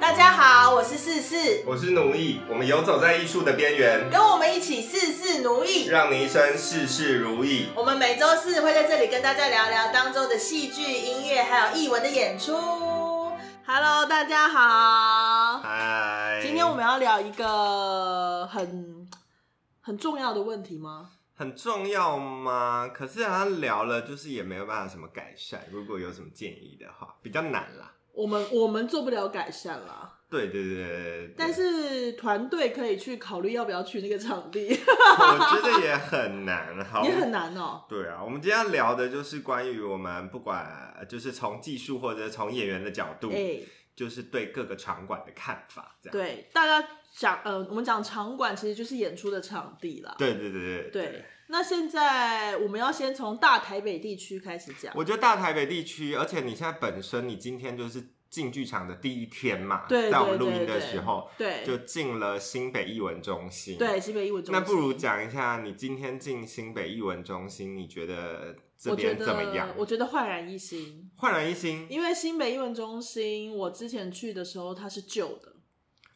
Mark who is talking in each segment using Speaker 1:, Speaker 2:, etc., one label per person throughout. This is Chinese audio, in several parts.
Speaker 1: 大家好，我是四四，
Speaker 2: 我是奴役，我们游走在艺术的边缘，
Speaker 1: 跟我们一起事事奴役。
Speaker 2: 让你一生事事如意。
Speaker 1: 我们每周四会在这里跟大家聊聊当周的戏剧、音乐还有艺文的演出。Hello，大家好，
Speaker 2: 嗨，
Speaker 1: 今天我们要聊一个很很重要的问题吗？
Speaker 2: 很重要吗？可是他聊了，就是也没有办法什么改善。如果有什么建议的话，比较难啦。
Speaker 1: 我们我们做不了改善啦，
Speaker 2: 对对对对对对，
Speaker 1: 但是团队可以去考虑要不要去那个场地，
Speaker 2: 我觉得也很难，好，
Speaker 1: 也很难哦、
Speaker 2: 对啊，我们今天要聊的就是关于我们不管呃就是从技术或者从演员的角度，
Speaker 1: 哎、
Speaker 2: 就是对各个场馆的看法，这样。
Speaker 1: 对，大家讲，呃，我们讲场馆其实就是演出的场地啦。
Speaker 2: 对对对对
Speaker 1: 对，那现在我们要先从大台北地区开始讲。
Speaker 2: 我觉得大台北地区，而且你现在本身你今天就是进剧场的第一天嘛，
Speaker 1: 对
Speaker 2: 在我们
Speaker 1: 对
Speaker 2: 录
Speaker 1: 对
Speaker 2: 音的
Speaker 1: 对
Speaker 2: 时候
Speaker 1: 对
Speaker 2: 就进了新北艺文中心。，
Speaker 1: 对，西北艺文中心。
Speaker 2: 那不如讲一下你今天进新北艺文中心，你觉得这
Speaker 1: 我觉
Speaker 2: 边
Speaker 1: 得
Speaker 2: 怎么样？嗯
Speaker 1: 我觉得焕然一新，
Speaker 2: 焕然一新，
Speaker 1: 因为新北艺文中心，我之前去的时候它是旧的，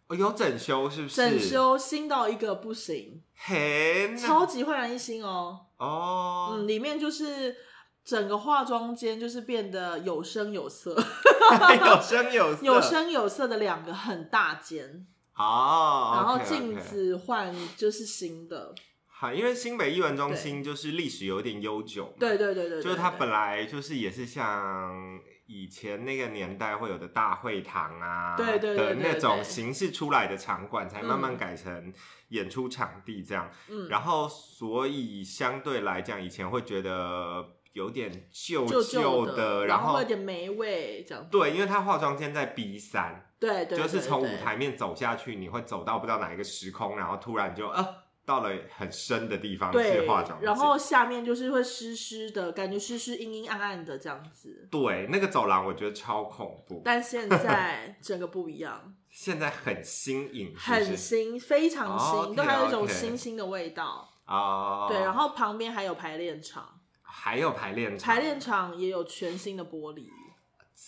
Speaker 2: 哦，有整修是不是？
Speaker 1: 整，修新到一个不行，
Speaker 2: 嘿，那
Speaker 1: 超级焕然一新哦。
Speaker 2: 哦，
Speaker 1: 嗯，里面就是整个化妆间就是变得有声有 色，
Speaker 2: 有声有色，
Speaker 1: 嗯有声有色的两个很大间。
Speaker 2: 哦，
Speaker 1: 然后
Speaker 2: OK，OK
Speaker 1: 镜。子换就是新的，
Speaker 2: 好，因为新北艺文中心就是历史有点悠久嘛，
Speaker 1: 对对对对，
Speaker 2: 就是它本
Speaker 1: 来
Speaker 2: 来就是也是像以前那个年代会有的大会堂啊，
Speaker 1: 对对对对
Speaker 2: 的那
Speaker 1: 对
Speaker 2: 种形式出来的场馆，才慢慢
Speaker 1: 嗯
Speaker 2: 改成演出场地这样。
Speaker 1: 嗯
Speaker 2: 然后所以相对来讲，以前会觉得有点旧
Speaker 1: 旧旧
Speaker 2: 的，
Speaker 1: 然
Speaker 2: 然
Speaker 1: 后
Speaker 2: 后
Speaker 1: 有。点霉味这样，
Speaker 2: 对，因为它化妆间在 B 三，
Speaker 1: 对对，
Speaker 2: 就是
Speaker 1: 对
Speaker 2: 从
Speaker 1: 对
Speaker 2: 舞台面走下去，你会走到不知道哪一个时空，然后突然就呃到了很深的地方
Speaker 1: 对
Speaker 2: 是化妆间，
Speaker 1: 然后下面就是会湿湿的感觉，湿湿阴阴暗暗的这样子。
Speaker 2: 对那个走廊我觉得超恐怖，
Speaker 1: 但 现在整个不一样，
Speaker 2: 现在很新颖，是不是哦
Speaker 1: 很新，非常新，
Speaker 2: OK，
Speaker 1: 都还有一种
Speaker 2: OK
Speaker 1: 新兴的味道。
Speaker 2: 哦，
Speaker 1: 对，然后旁边还有排练场，
Speaker 2: 还有排练场
Speaker 1: 排练场也有全新的玻璃。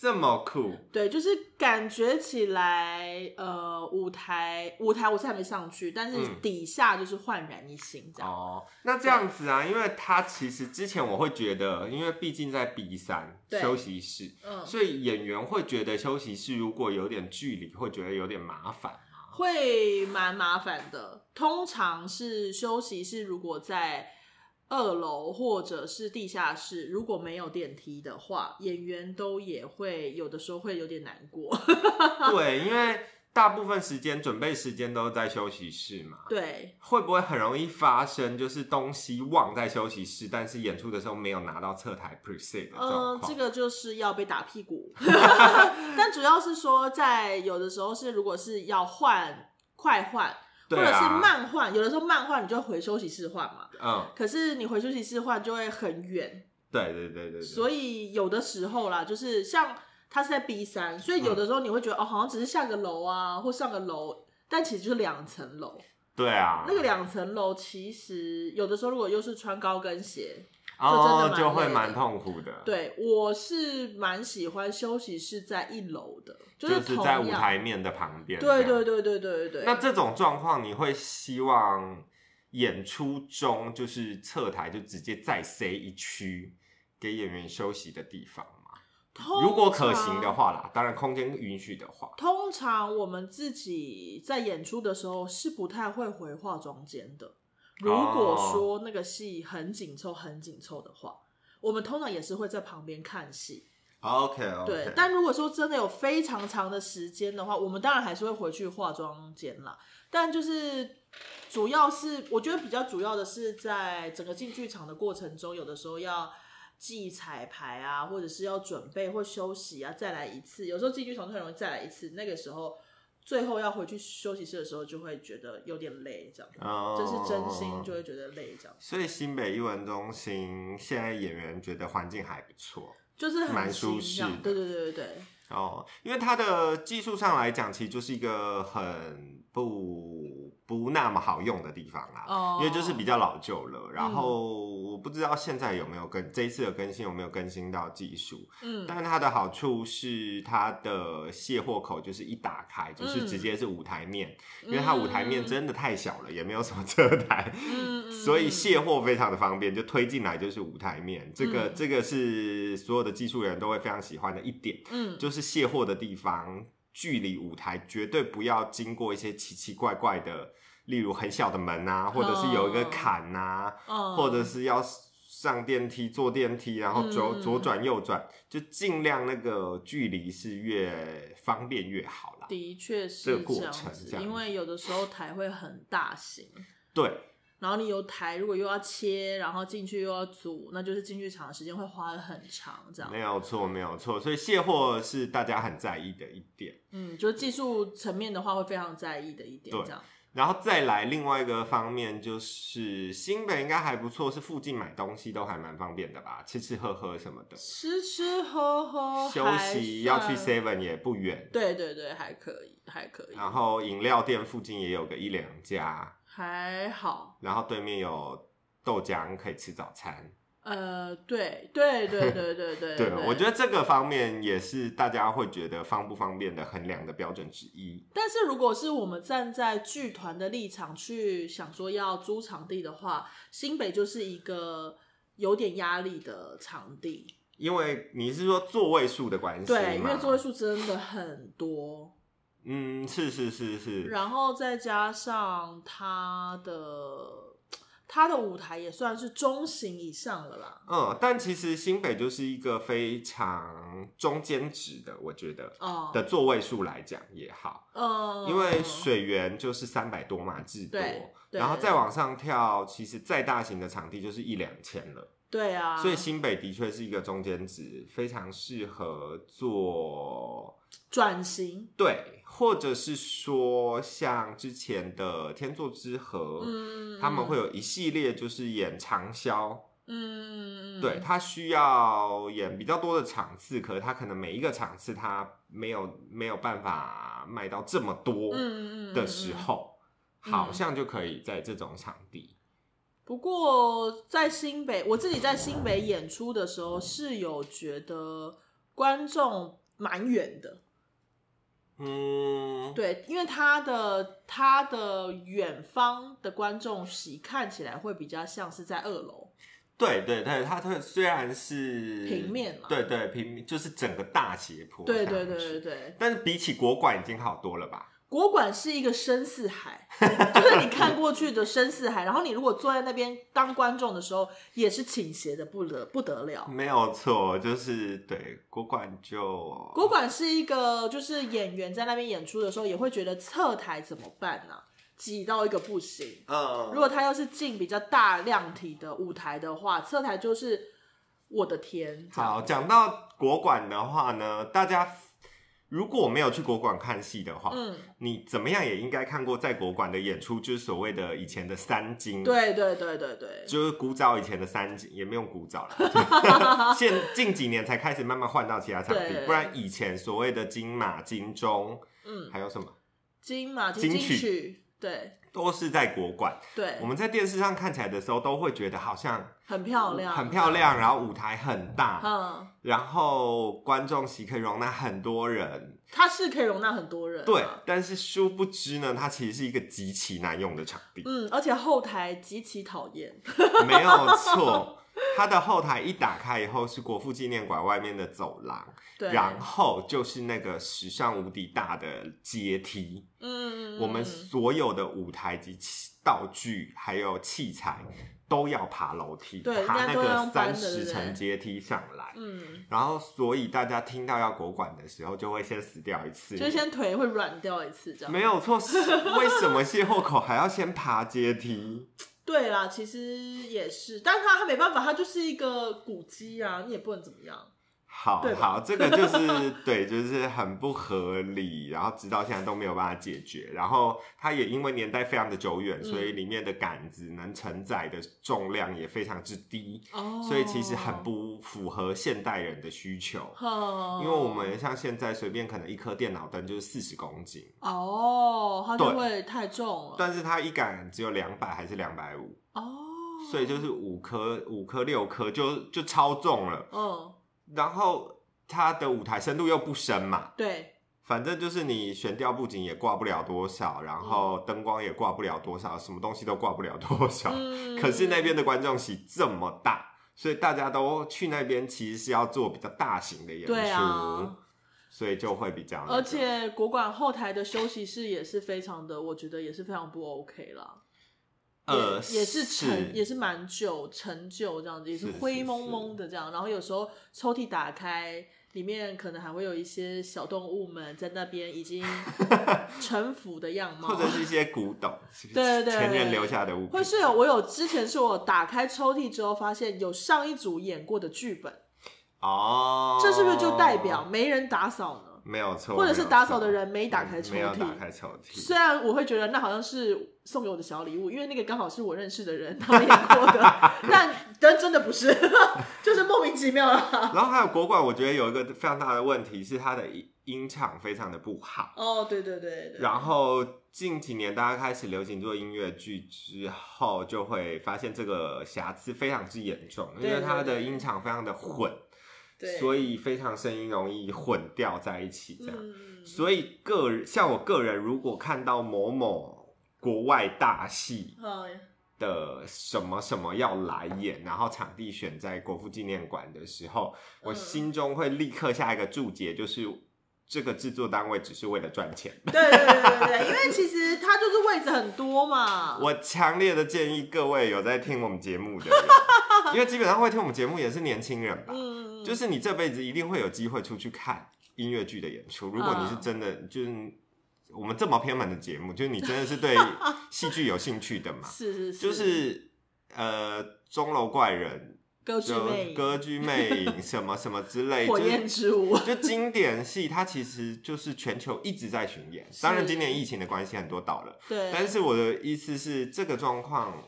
Speaker 2: 这么酷，
Speaker 1: 对，就是感觉起来，呃，舞台舞台我是还没上去，但是
Speaker 2: 嗯
Speaker 1: 底下就是焕然一新这样。
Speaker 2: 哦，那这样子啊，因为他其实之前我会觉得，因为毕竟在 B 三
Speaker 1: 对
Speaker 2: 休息室，
Speaker 1: 嗯，
Speaker 2: 所以演员会觉得休息室如果有点距离，会觉得有点麻烦。
Speaker 1: 会蛮麻烦的。通常是休息室，如果在二楼或者是地下室，如果没有电梯的话，演员都也会有的时候会有点难过。
Speaker 2: 对，因为大部分时间准备时间都在休息室嘛。
Speaker 1: 对，
Speaker 2: 会不会很容易发生，就是东西忘在休息室，但是演出的时候没有拿到侧台 preset 的状
Speaker 1: 嗯，这
Speaker 2: 况？
Speaker 1: 个就是要被打屁 股。但主要是说，在有的时候是如果是要换快换。或
Speaker 2: 对
Speaker 1: 者是
Speaker 2: 啊，
Speaker 1: 慢换，有的时候慢换你就会回休息室换嘛，
Speaker 2: 嗯，
Speaker 1: 可是你回休息室换就会很远，
Speaker 2: 对对对对对，
Speaker 1: 所以有的时候啦，就是像它是在 B 三，所以有的时候你会
Speaker 2: 嗯
Speaker 1: 觉得、哦，好像只是下个楼啊，或上个楼，但其实就是两层楼。
Speaker 2: 对啊，
Speaker 1: 那个两层楼其实有的时候如果又是穿高跟鞋，
Speaker 2: 哦，
Speaker 1: 就真的蛮
Speaker 2: 就会
Speaker 1: 累的
Speaker 2: 蛮痛苦的。，
Speaker 1: 对我是蛮喜欢休息室在一楼的，就
Speaker 2: 就是
Speaker 1: 同样
Speaker 2: 在舞台面的旁边。
Speaker 1: 对
Speaker 2: 这
Speaker 1: 对
Speaker 2: 样
Speaker 1: 对对对对对。
Speaker 2: 那这种状况，你会希望演出中就是侧台就直接再塞一区给演员休息的地方吗？
Speaker 1: 通
Speaker 2: 如果可行的
Speaker 1: 常。
Speaker 2: 话啦，当然空间允许的话。
Speaker 1: 通常我们自己在演出的时候是不太会回化妆间的。如果说那个戏很紧凑、很紧凑的话，我们通常也是会在旁边看戏。
Speaker 2: OK
Speaker 1: 对，但如果说真的有非常长的时间的话，我们当然还是会回去化妆间啦。但就是主要是，我觉得比较主要的是在整个进剧场的过程中，有的时候要记彩排啊，或者是要准备或休息啊，再来一次。有时候进剧场就很容易再来一次，那个时候最后要回去休息室的时候，就会觉得有点累，这样。这是真心就会觉得累，这样
Speaker 2: 哦所以新北艺文中心现在演员觉得环境还不错，
Speaker 1: 就是很
Speaker 2: 蛮
Speaker 1: 新
Speaker 2: 舒
Speaker 1: 这样
Speaker 2: 适的
Speaker 1: 对对对对对。
Speaker 2: 哦，因为它的技术上来讲，其实就是一个很不不那么好用的地方啦。
Speaker 1: 哦嗯
Speaker 2: 因为就是比较老旧了，然后我不知道现在有没有更这一次的更新有没有更新到技术，
Speaker 1: 嗯
Speaker 2: 但它的好处是它的卸货口就是一打开就是
Speaker 1: 嗯
Speaker 2: 直接是舞台面，因为它舞台面真的太小了，也没有什么车台，
Speaker 1: 嗯，嗯
Speaker 2: 所以卸货非常的方便，就推进来就是舞台面，这个
Speaker 1: 嗯
Speaker 2: 这个是所有的技术人都会非常喜欢的一点。
Speaker 1: 嗯
Speaker 2: 就是卸货的地方，距离舞台绝对不要经过一些奇奇怪怪的，例如很小的门啊，或者是有一
Speaker 1: 哦
Speaker 2: 个坎啊，
Speaker 1: 嗯，
Speaker 2: 或者是要上电梯、坐电梯，然后左
Speaker 1: 嗯
Speaker 2: 左转右转，就尽量那个距离是越方便越好啦。
Speaker 1: 的确
Speaker 2: 这
Speaker 1: 是
Speaker 2: 个过
Speaker 1: 样
Speaker 2: 程
Speaker 1: 子
Speaker 2: 这，样
Speaker 1: 因为有的时候台会很大型，
Speaker 2: 对，
Speaker 1: 然后你有台如果又要切，然后进去又要组，那就是进去场的时间会花得很长，这样
Speaker 2: 没，有错，没有错。所以卸货是大家很在意的一点。
Speaker 1: 嗯，就是技术层面的话会非常在意的一点，
Speaker 2: 对
Speaker 1: 这样，
Speaker 2: 然后再来另外一个方面，就是新北应该还不错，是附近买东西都还蛮方便的吧，吃吃喝喝什么的。
Speaker 1: 吃吃喝喝，
Speaker 2: 休息要去
Speaker 1: C，
Speaker 2: Seven 也不远，
Speaker 1: 对对对，还可以，还可以，
Speaker 2: 然后饮料店附近也有个一两家，
Speaker 1: 还好，
Speaker 2: 然后对面有豆浆可以吃早餐。
Speaker 1: 呃，对对对对对对
Speaker 2: 对，我觉
Speaker 1: 得。
Speaker 2: 得这个方面也是大家会觉得方不方便的衡量的标准之一。
Speaker 1: 但是如果是我们站在剧团的立场去想说要租场地的话，新北就是一个有点压力的场地，
Speaker 2: 因为你是说座位数的关系
Speaker 1: 对，因
Speaker 2: 吗
Speaker 1: 为座位，数真的很多，
Speaker 2: 嗯，是是是是，
Speaker 1: 然后再加上它的它的舞台也算是中型以上了啦。
Speaker 2: 嗯，但其实新北就是一个非常中间值的，我觉得
Speaker 1: 哦，
Speaker 2: 的座位数来讲也好，
Speaker 1: 嗯，
Speaker 2: 因为水源就是三百多嘛，至多
Speaker 1: 对，对
Speaker 2: 然后再往上跳，其实再大型的场地就是一两千了。
Speaker 1: 对啊，
Speaker 2: 所以新北的确是一个中间值，非常适合做
Speaker 1: 转型，
Speaker 2: 对，或者是说像之前的天作之合，
Speaker 1: 嗯，
Speaker 2: 呃他们会有一系列就是演长宵。
Speaker 1: 嗯，嗯，嗯
Speaker 2: 对，他需要演比较多的场次，可是他可能每一个场次他没有没有办法卖到这么
Speaker 1: 嗯
Speaker 2: 多，
Speaker 1: 嗯嗯
Speaker 2: 的时。
Speaker 1: 嗯
Speaker 2: 候，好像就可以在这种场地。
Speaker 1: 不过在新北，我自己在新北演出的时候是有觉得观众蛮远的，
Speaker 2: 嗯，
Speaker 1: 对，因为他的他的远方的观众席看起来会比较像是在二楼，
Speaker 2: 对对对，它它虽然是
Speaker 1: 平面嘛
Speaker 2: 对对平面就是整个大斜坡，
Speaker 1: 对对对对，对，
Speaker 2: 但是比起国馆已经好多了吧？
Speaker 1: 国馆是一个深似海， 就是你看过去的深似海。然后你如果坐在那边当观众的时候，也是倾斜的不得不得了。
Speaker 2: 没有错，就是对国馆就
Speaker 1: 国馆是一个，就是演员在那边演出的时候，也会觉得侧台怎么办呢、挤到一个不行。
Speaker 2: 嗯，
Speaker 1: 如果他要是进比较大量体的舞台的话，侧台就是我的天，这样
Speaker 2: 好，讲到国馆的话呢，大家如果没有去国馆看戏的话，
Speaker 1: 嗯，
Speaker 2: 你怎么样也应该看过在国馆的演出，就是所谓的以前的三金，
Speaker 1: 对对对对对，
Speaker 2: 就是古早以前的三井，也没有古早了，现近几年才开始慢慢换到其他场地，
Speaker 1: 对
Speaker 2: 不然以前所谓的金马、金钟，
Speaker 1: 嗯，
Speaker 2: 还有什么，
Speaker 1: 金马金
Speaker 2: 金
Speaker 1: 金
Speaker 2: 曲
Speaker 1: 曲，对
Speaker 2: 都是在国馆。
Speaker 1: 对
Speaker 2: 我，们在电视上看起来的时候，都会觉得好像
Speaker 1: 很漂亮，
Speaker 2: 很漂亮，然后舞台很大，
Speaker 1: 嗯。
Speaker 2: 然后观众席可以容纳很多人，
Speaker 1: 它是可以容纳很多人、啊
Speaker 2: 对。但是殊不知呢，它其实是一个极其难用的场地，
Speaker 1: 嗯，而且后台极其讨厌。
Speaker 2: 没有错。它的后台一打开以后，是国父纪念馆外面的走廊。
Speaker 1: 对，
Speaker 2: 然后就是那个史上无敌大的阶梯，
Speaker 1: 嗯，
Speaker 2: 我们所有的舞台及器道具还有器材都要爬楼梯，
Speaker 1: 对
Speaker 2: 爬
Speaker 1: 应该
Speaker 2: 那
Speaker 1: 都要
Speaker 2: 个
Speaker 1: 用搬的
Speaker 2: 三
Speaker 1: 对
Speaker 2: 十
Speaker 1: 不对
Speaker 2: 层阶梯上来。
Speaker 1: 嗯，
Speaker 2: 然后，所以大家听到要国馆的时候，就会先死掉一次。
Speaker 1: 就是先腿会软掉一次这样。
Speaker 2: 没有错，是为什么卸货口还要先爬阶梯？
Speaker 1: 对啦，其实也是，但是它它没办法，它就是一个古迹啊，你也不能怎么样。
Speaker 2: 好
Speaker 1: 对吧
Speaker 2: 好，这个就是对，就是很不合理，然后直到现在都没有办法解决。然后它也因为年代非常的久远，所
Speaker 1: 嗯
Speaker 2: 以里面的杆子能承载的重量也非常之低，
Speaker 1: 哦
Speaker 2: 所以其实很，不符合现代人的需求。
Speaker 1: 哼
Speaker 2: 因为
Speaker 1: 哦
Speaker 2: 我们像现在随便可能一颗电脑灯就是四十公斤，
Speaker 1: 哦，它就
Speaker 2: 对
Speaker 1: 会太重了，
Speaker 2: 但是它一杆只有两百还是两百五，
Speaker 1: 哦，
Speaker 2: 所以就是五颗、五颗、六颗就就超重了。
Speaker 1: 嗯，
Speaker 2: 然后它的舞台深度又不深嘛，
Speaker 1: 对，
Speaker 2: 反正就是你悬吊布景也挂不了多少，然后灯光也挂不了多少，什么东西都挂不了多少。
Speaker 1: 嗯，
Speaker 2: 可是那边的观众席这么大，所以大家都去那边其实是要做比较大型的演出，
Speaker 1: 对啊，
Speaker 2: 所以就会比较那个。
Speaker 1: 而且国馆后台的休息室也是非常的，我觉得也是非常不 OK 啦。
Speaker 2: 呃
Speaker 1: 也也是陈，
Speaker 2: 是
Speaker 1: 也是蛮久陈旧这样子，也是
Speaker 2: 是是
Speaker 1: 灰蒙蒙的这样。然后有时候抽屉打开，里面可能还会有一些小动物们在那边已 经臣服的样貌
Speaker 2: 或。者是一些古董，是不是
Speaker 1: 对对对
Speaker 2: 前人留下的物品，
Speaker 1: 会是有我有之前是我打开抽屉之后发现有上一组演过的剧本，
Speaker 2: 哦，
Speaker 1: 这是不是就代表没人打扫呢？
Speaker 2: 没有错，
Speaker 1: 或者是
Speaker 2: 哦没有
Speaker 1: 打扫
Speaker 2: 错
Speaker 1: 的人没打开抽
Speaker 2: 没有打
Speaker 1: 屉？
Speaker 2: 开抽屉，
Speaker 1: 虽然我会觉得那好像是送给我的小礼物，因为那个刚好是我认识的人 他们演过 的，但但真的不是， 就是莫名其妙啊啦。
Speaker 2: 然后还有国馆，我觉得有一个非常大的问题是它的音音场非常的不好。
Speaker 1: 哦，对对对对，
Speaker 2: 然后近几年大家开始流行做音乐剧之后，就会发现这个瑕疵非常之严重，因
Speaker 1: 对
Speaker 2: 为
Speaker 1: 对
Speaker 2: 它的
Speaker 1: 对
Speaker 2: 音场非常的混，
Speaker 1: 对，
Speaker 2: 所
Speaker 1: 以
Speaker 2: 以非常声音容易混掉在一起这样。
Speaker 1: 嗯，
Speaker 2: 所以个人像我个人，如果看到某某国外大戏
Speaker 1: 嗯
Speaker 2: 的什么什么要来演，然后场地选在国父纪念馆的时候，我
Speaker 1: 嗯
Speaker 2: 心中会立刻下一个注解，就是这个制作单位只是为了赚 钱。
Speaker 1: 对对对对对，因为其实它就是位置很多嘛，
Speaker 2: 我强烈的建议各位有在听我们节目的 人，因为基本上会听我们节目也是年轻人吧，
Speaker 1: 嗯，
Speaker 2: 就是你这辈子一定会有机会出去看音乐剧的演出。如果你是
Speaker 1: 嗯
Speaker 2: 真的，就是我们这么偏门的节 目，就是你真的是对戏剧有兴趣的嘛，
Speaker 1: 是是是，
Speaker 2: 就是呃钟楼怪人、
Speaker 1: 歌剧
Speaker 2: 就
Speaker 1: 魅影、
Speaker 2: 歌剧 魅影什么什么之类，
Speaker 1: 火
Speaker 2: 就
Speaker 1: 焰
Speaker 2: 是
Speaker 1: 之舞，
Speaker 2: 就经典戏，它其实就是全球一直在巡演。当然，
Speaker 1: 是
Speaker 2: 今年疫情的关系，很多倒了。
Speaker 1: 对，
Speaker 2: 但是我的意思是，这个状况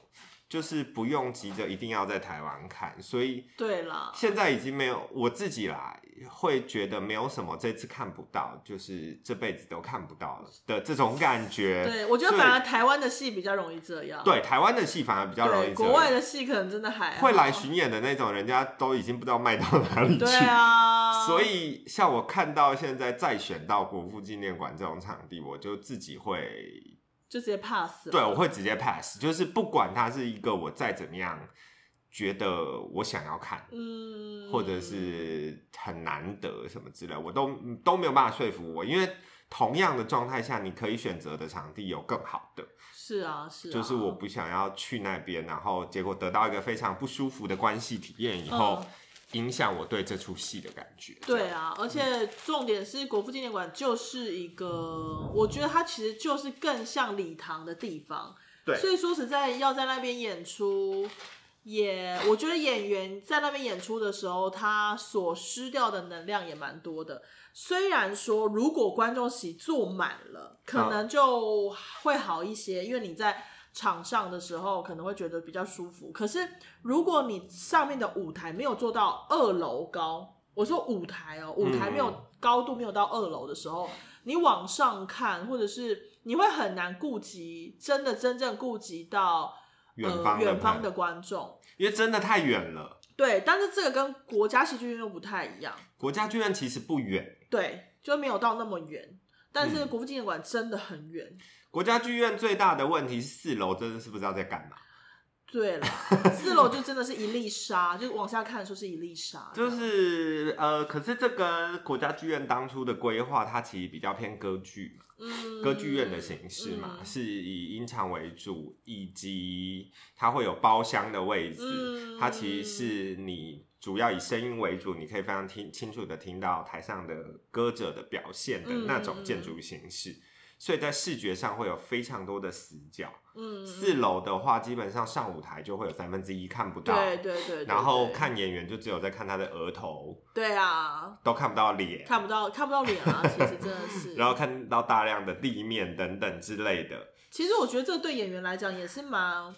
Speaker 2: 就是不用急着一定要在台湾看，所以
Speaker 1: 对啦，
Speaker 2: 现在已经没有我自己啦，会觉得没有什么这次看不到，就是这辈子都看不到的这种感觉。
Speaker 1: 对我觉得
Speaker 2: 所以
Speaker 1: 反而台湾的戏比较容易这样，
Speaker 2: 对，台湾的戏反而比较容易
Speaker 1: 对，
Speaker 2: 这
Speaker 1: 国外
Speaker 2: 样。
Speaker 1: 的戏可能真的还好
Speaker 2: 会来巡演的那种，人家都已经不知道卖到哪里去。
Speaker 1: 对啊，
Speaker 2: 所以，像我看到现在再选到国父纪念馆这种场地，我就自己会
Speaker 1: 就直接 pass 了。
Speaker 2: 对，我会直接 pass，就是不管它是一个我再怎么样觉得我想要看，
Speaker 1: 嗯，
Speaker 2: 或者是很难得什么之类，我都都没有办法说服我，因为同样的状态下，你可以选择的场地有更好的，
Speaker 1: 是啊是啊，
Speaker 2: 就是我不想要去那边，然后结果得到一个非常不舒服的关系体验以后，
Speaker 1: 嗯
Speaker 2: 影响我对这出戏的感觉。这
Speaker 1: 对
Speaker 2: 样，嗯
Speaker 1: 啊，而且重点是国父纪念馆就是一个，我觉得它其实就是更像礼堂的地方。
Speaker 2: 对
Speaker 1: 所以说实在要在那边演出，也我觉得演员在那边演出的时候，他所失掉的能量也蛮多的。虽然说如果观众席坐满了，可能就会好一些，因为你在。场上的时候可能会觉得比较舒服，可是如果你上面的舞台没有做到二楼高，我说舞台哦，舞台没有、
Speaker 2: 嗯
Speaker 1: 高度没有到二楼的时候，你往上看，或者是你会很难顾及，真的真正顾及到
Speaker 2: 远
Speaker 1: 呃
Speaker 2: 方的
Speaker 1: 远
Speaker 2: 朋
Speaker 1: 方的观众。
Speaker 2: 因为真的太远了，
Speaker 1: 对，但是这个跟国家戏剧院又不太一样，
Speaker 2: 国家剧院其实不远。
Speaker 1: 对，就没有到那么远。但
Speaker 2: 嗯
Speaker 1: 是国父纪念馆真的很远，
Speaker 2: 国家剧院最大的问题是四楼真的是不知道在干嘛，
Speaker 1: 对 了，四楼就真的是一粒沙，就往下看的时候是一粒沙，
Speaker 2: 就是呃，可是这跟国家剧院当初的规划，它其实比较偏歌剧嘛，
Speaker 1: 嗯
Speaker 2: 歌剧院的形式嘛，
Speaker 1: 嗯
Speaker 2: 是以音场为主，以及它会有包厢的位置，
Speaker 1: 嗯
Speaker 2: 它其实是你主要以声音为主，你可以非常听清楚的听到台上的歌者的表现的那种建筑形式。所以在视觉上会有非常多的死角。
Speaker 1: 嗯，
Speaker 2: 四楼的话，基本上上舞台就会有三分之一看不到，
Speaker 1: 对对对对，
Speaker 2: 然后
Speaker 1: 对
Speaker 2: 看演员就只有在看他的额头，
Speaker 1: 对啊，
Speaker 2: 都看不到脸，
Speaker 1: 看不到看不到脸 啊，其实真的是。
Speaker 2: 然后看到大量的地面等等之类的。
Speaker 1: 其实我觉得这对演员来讲也是蛮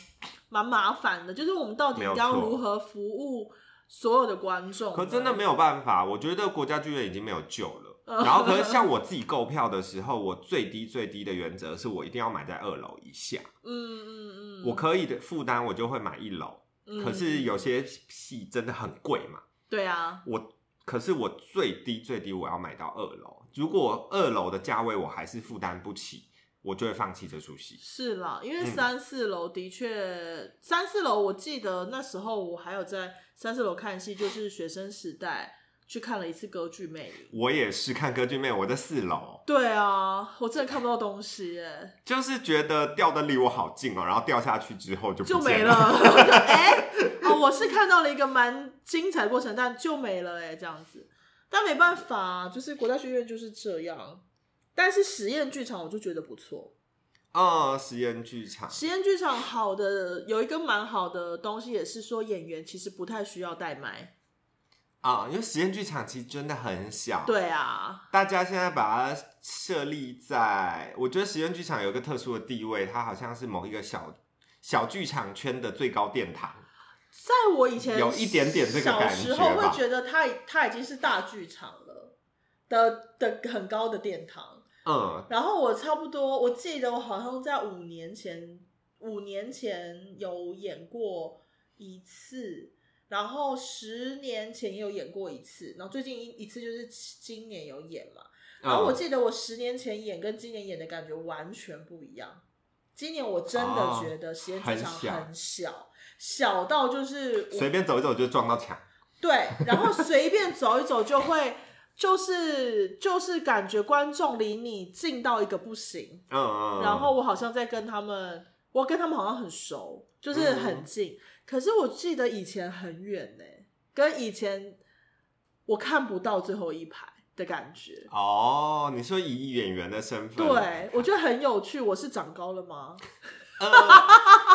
Speaker 1: 蛮麻烦的，就是我们到底
Speaker 2: 没有
Speaker 1: 要
Speaker 2: 错
Speaker 1: 如何服务所有的观众呢？啊嗯
Speaker 2: 可真的没有办法，我觉得国家剧院已经没有救了。
Speaker 1: 哦
Speaker 2: 然后，可是 像我自己购票的时候，我最低最低的原则是我一定要买在二楼以下，
Speaker 1: 嗯，嗯嗯嗯，
Speaker 2: 我可以的负担我就会买一楼。
Speaker 1: 嗯
Speaker 2: 可是有些戏真的很贵嘛，
Speaker 1: 对啊，
Speaker 2: 我可是我最低最低我要买到二楼，如果二楼的价位我还是负担不起，我就会放弃这出戏。
Speaker 1: 是啦，因为
Speaker 2: 嗯
Speaker 1: 三四楼的确，三四楼我记得那时候我还有在三四楼看戏，就是学生时代去看了一次歌剧魅影。
Speaker 2: 我也是看歌剧魅，我在四楼，
Speaker 1: 对啊，我真的看不到东西耶，
Speaker 2: 就是觉得掉的离我好近哦，然后掉下去之后就不
Speaker 1: 就
Speaker 2: 见
Speaker 1: 没了。
Speaker 2: 了。
Speaker 1: 哎、哦，我是看到了一个蛮精彩的过程，但就没了哎，这样子。但没办法啊，就是国家学院就是这样。但是实验剧场我就觉得不错，
Speaker 2: 嗯，实验剧场，
Speaker 1: 实验剧场好的有一个蛮好的东西，也是说演员其实不太需要代麦。
Speaker 2: 啊、因为实验剧场其实真的很小，，
Speaker 1: 对啊，
Speaker 2: 大家现在把它设立在，我觉得实验剧场有一个特殊的地位，它好像是某一个小小剧场圈的最高殿堂。
Speaker 1: 在我以前
Speaker 2: 有一点点这个
Speaker 1: 小
Speaker 2: 感
Speaker 1: 时
Speaker 2: 觉吧
Speaker 1: 候会觉得它它已经是大剧场了的的很高的殿堂。
Speaker 2: 嗯，
Speaker 1: 然后我差不多，我记得我好像在五年前，五年前有演过一次，然后十年前也有演过一次，然后最近一一次就是今年有演嘛。然后我
Speaker 2: 嗯
Speaker 1: 记得我十年前演跟今年演的感觉完全不一样。今年我真的
Speaker 2: 哦
Speaker 1: 觉得实验剧场
Speaker 2: 很小
Speaker 1: 很小，小到就是我
Speaker 2: 随便走一走就撞到墙。
Speaker 1: 对，然后随便走一走就会，就是就是感觉观众离你近到一个不行。
Speaker 2: 嗯嗯，嗯
Speaker 1: 然后我好像在跟他们，我跟他们好像很熟，就是很
Speaker 2: 嗯
Speaker 1: 近。可是我记得以前很远呢、跟以前我看不到最后一排的感觉。
Speaker 2: 哦，你说以演员的身份，
Speaker 1: 对，我觉得很有趣。我是长高了吗？
Speaker 2: 呃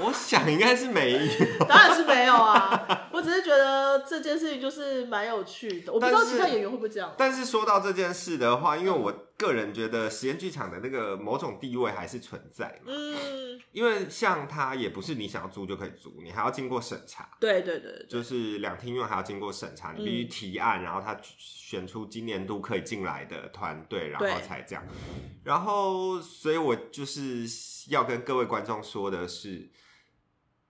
Speaker 2: 我想应该是没有，
Speaker 1: 当然是没有 啊，我只是觉得这件事情就是蛮有趣的。我不知道
Speaker 2: 但是
Speaker 1: 其他演员会不会这样。啊
Speaker 2: 但是说到这件事的话，因为我个人觉得实验剧场的那个某种地位还是存在嘛，
Speaker 1: 嗯，
Speaker 2: 因为像它也不是你想要租就可以租，你还要经过审查，
Speaker 1: 对对对嗯对，
Speaker 2: 就是两厅院还要经过审查，你必须提案，然后他选出今年度可以进来的团队，然
Speaker 1: 对
Speaker 2: 后才这样。然后，所以我就是要跟各位观众说的是，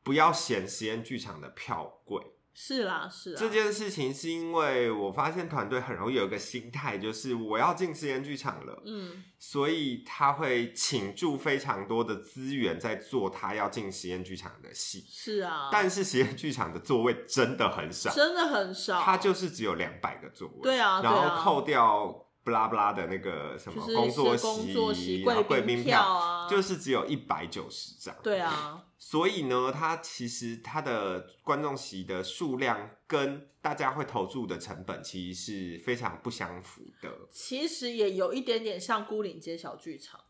Speaker 2: 不要嫌实验剧场的票贵。
Speaker 1: 是啦是啦。
Speaker 2: 这件事情是因为我发现团队很容易有一个心态，就是我要进实验剧场了，
Speaker 1: 嗯
Speaker 2: 所以他会倾注非常多的资源在做他要进实验剧场的戏。
Speaker 1: 是啊，
Speaker 2: 但是实验剧场的座位真的很少，
Speaker 1: 真的很少。
Speaker 2: 它就是只有两百个座位。
Speaker 1: 对啊对
Speaker 2: 然
Speaker 1: 啊
Speaker 2: 后扣掉不拉不拉的那个什
Speaker 1: 就
Speaker 2: 么
Speaker 1: 是
Speaker 2: 工作
Speaker 1: 是工
Speaker 2: 席、
Speaker 1: 作席、
Speaker 2: 然后贵
Speaker 1: 宾
Speaker 2: 宾
Speaker 1: 票啊，
Speaker 2: 就是只有一百九十张。
Speaker 1: 对啊，
Speaker 2: 所以呢，它其实它的观众席的数量跟大家会投注的成本其实是非常不相符的。
Speaker 1: 其实也有一点点像孤岭街小剧场。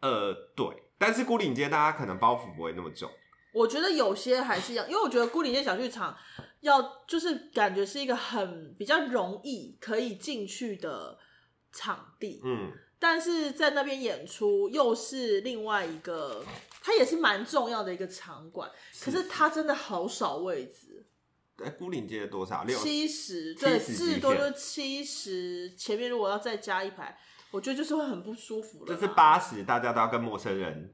Speaker 2: 呃，对，但是孤岭街大家可能包袱不会那么重，
Speaker 1: 我觉得有些还是要，因为我觉得孤岭街小剧场要就是感觉是一个很比较容易可以进去的场地，
Speaker 2: 嗯，
Speaker 1: 但是在那边演出又是另外一个，它也是蛮重要的一个场馆，可是它真的好少位置，
Speaker 2: 哎，孤岭街多少？六
Speaker 1: 七十，对，
Speaker 2: 70
Speaker 1: 至多
Speaker 2: 极
Speaker 1: 就
Speaker 2: 限
Speaker 1: 七十，前面如果要再加一排，我觉得就是会很不舒服了
Speaker 2: 就
Speaker 1: 啦，
Speaker 2: 是八十，大家都要跟陌生人，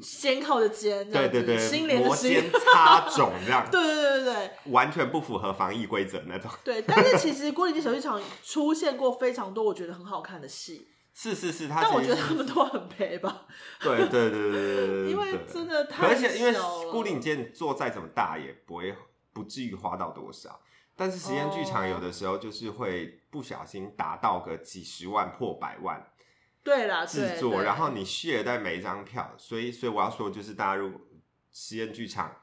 Speaker 1: 肩靠着肩这
Speaker 2: 对
Speaker 1: 样子，
Speaker 2: 对
Speaker 1: 心
Speaker 2: 对，
Speaker 1: 连着
Speaker 2: 摩
Speaker 1: 心，
Speaker 2: 肩，擦踵这样
Speaker 1: 对对对对对。
Speaker 2: 完全不符合防疫规则那种。
Speaker 1: 对，但是其实郭丽街小剧场出现过非常多我觉得很好看的戏，
Speaker 2: 是是是，它
Speaker 1: 但我
Speaker 2: 其
Speaker 1: 觉得
Speaker 2: 实是
Speaker 1: 他们都很赔吧，
Speaker 2: 对对对对对对对对，
Speaker 1: 因为真的太
Speaker 2: 而且因为
Speaker 1: 小了
Speaker 2: 固定间做再怎么大也不会不至于花到多少，但是实验剧
Speaker 1: 哦
Speaker 2: 场有的时候就是会不小心达到个几十万破百万
Speaker 1: 对啦，对
Speaker 2: 制作，
Speaker 1: 对
Speaker 2: 然后你血在每一张票，所以所以我要说就是大家如果实验剧场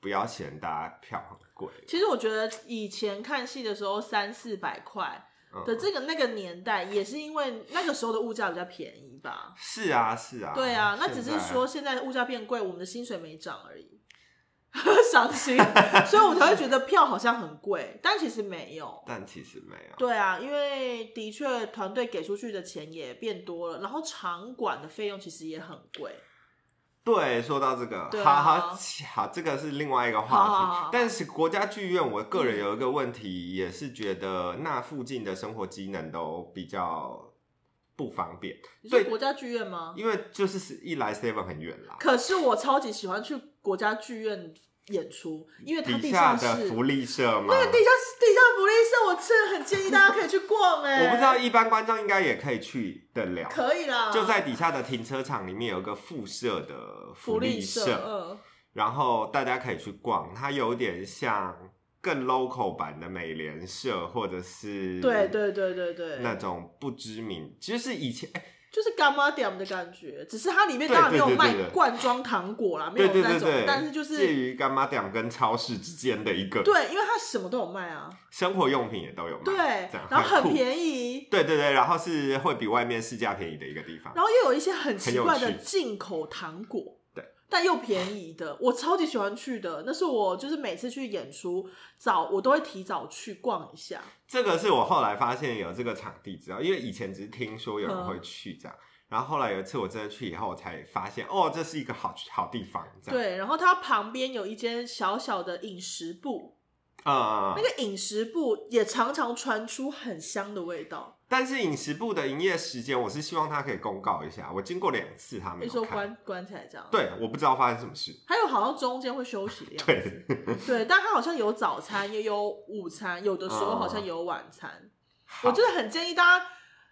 Speaker 2: 不要嫌大家票很贵，
Speaker 1: 其实我觉得以前看戏的时候三四百块，
Speaker 2: 嗯
Speaker 1: 的这个那个年代，也是因为那个时候的物价比较便宜吧？
Speaker 2: 是啊，是啊，
Speaker 1: 对啊，那只是说现在物价变贵，我们的薪水没涨而已，伤心， 所以我才会觉得票好像很贵，但其实没有
Speaker 2: 现在，。但其实没有。
Speaker 1: 对啊，因为的确团队给出去的钱也变多了，然后场馆的费用其实也很贵。
Speaker 2: 对，说到这个，
Speaker 1: 对啊
Speaker 2: 好好好，这个是另外一个话题。
Speaker 1: 好好好好嗯
Speaker 2: 但是国家剧院，我个人有一个问题，也是觉得那附近的生活机能都比较不方便，
Speaker 1: 你说
Speaker 2: 对
Speaker 1: 国家剧院吗？
Speaker 2: 因为就是是一来 seven 很远啦，
Speaker 1: 可是我超级喜欢去国家剧院演出，因为它
Speaker 2: 底
Speaker 1: 下
Speaker 2: 下
Speaker 1: 室
Speaker 2: 的福利社嘛
Speaker 1: 那。个地下室地下福利社，我真的很建议大家可以去逛哎、
Speaker 2: 我不知道一般观众应该也可以去得了，
Speaker 1: 可以啦，
Speaker 2: 就在底下的停车场里面有一个附设的
Speaker 1: 福
Speaker 2: 福
Speaker 1: 利
Speaker 2: 利
Speaker 1: 社，嗯，
Speaker 2: 然后大家可以去逛，它有点像更 local 版的美联社，或者是
Speaker 1: 对对对对
Speaker 2: 那
Speaker 1: 对，
Speaker 2: 种不知名，就是以前哎
Speaker 1: 就是干妈点的感觉，只是它里面当然没有
Speaker 2: 对对对对
Speaker 1: 卖
Speaker 2: 对
Speaker 1: 罐装糖果啦，没
Speaker 2: 对
Speaker 1: 有
Speaker 2: 对
Speaker 1: 那
Speaker 2: 对
Speaker 1: 种，
Speaker 2: 对，
Speaker 1: 但是就
Speaker 2: 介
Speaker 1: 是
Speaker 2: 于干妈店跟超市之间的一个，
Speaker 1: 对，因为它什么都有卖啊，
Speaker 2: 生活用品也都有卖，
Speaker 1: 对
Speaker 2: 这样，
Speaker 1: 然后很
Speaker 2: 宜，
Speaker 1: 便宜，
Speaker 2: 对对对，然后是会比外面市价便宜的一个地方，
Speaker 1: 然后又有一些很奇怪
Speaker 2: 很
Speaker 1: 的
Speaker 2: 有趣
Speaker 1: 进口糖果，
Speaker 2: 对，
Speaker 1: 但又便宜的，我超级喜欢去的。那是我就是每次去演出早，我都会提早去逛一下。
Speaker 2: 这个是我后来发现有这个场地，知道，因为以前只是听说有人会去这样，
Speaker 1: 嗯
Speaker 2: 然后后来有一次我真的去以后，我才发现哦，这是一个好好地方，这样，
Speaker 1: 对，然后它旁边有一间小小的饮食部，
Speaker 2: 嗯，
Speaker 1: 那个饮食部也常常传出很香的味道。
Speaker 2: 但是饮食部的营业时间，我是希望他可以公告一下，我经过两次他没
Speaker 1: 你说
Speaker 2: 有开，
Speaker 1: 关关起来这样，，
Speaker 2: 对，我不知道发生什么事，
Speaker 1: 还有好像中间会休息的样子，
Speaker 2: 对。
Speaker 1: 对，但它好像有早餐，也有午餐，有的时候好像有晚餐。我
Speaker 2: 哦好
Speaker 1: 真的很建议大家，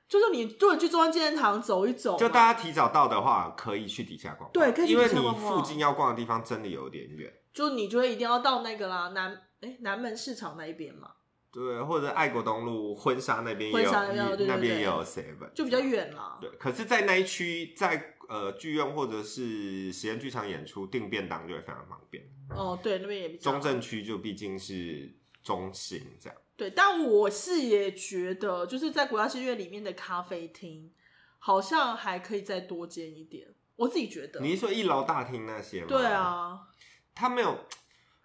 Speaker 1: 就是你如果去中央纪念堂走一走嘛，
Speaker 2: 就大家提早到的话，可以去底下逛逛。
Speaker 1: 对可以去
Speaker 2: 因为
Speaker 1: 底下
Speaker 2: 你
Speaker 1: 逛逛
Speaker 2: 附近要逛的地方真的有点远。
Speaker 1: 就你就会一定要到那个啦，南哎南门市场那一边嘛，
Speaker 2: 对，或者爱国东路婚纱那边也
Speaker 1: 婚
Speaker 2: 有，
Speaker 1: 纱那边对对
Speaker 2: 那边
Speaker 1: 对
Speaker 2: 也有 seven，
Speaker 1: 就比较。远啦。
Speaker 2: 对，可是，在那一区，在呃剧院或者是实验剧场演出订便当就会非常方便。
Speaker 1: 哦，对，那边也比较
Speaker 2: 中正区就毕竟是中心这样。
Speaker 1: 对，但我是也觉得，就是在国家戏院里面的咖啡厅，好像还可以再多建一点。我自己觉得，
Speaker 2: 你是说一楼大厅那些吗？
Speaker 1: 对，啊，
Speaker 2: 他没有。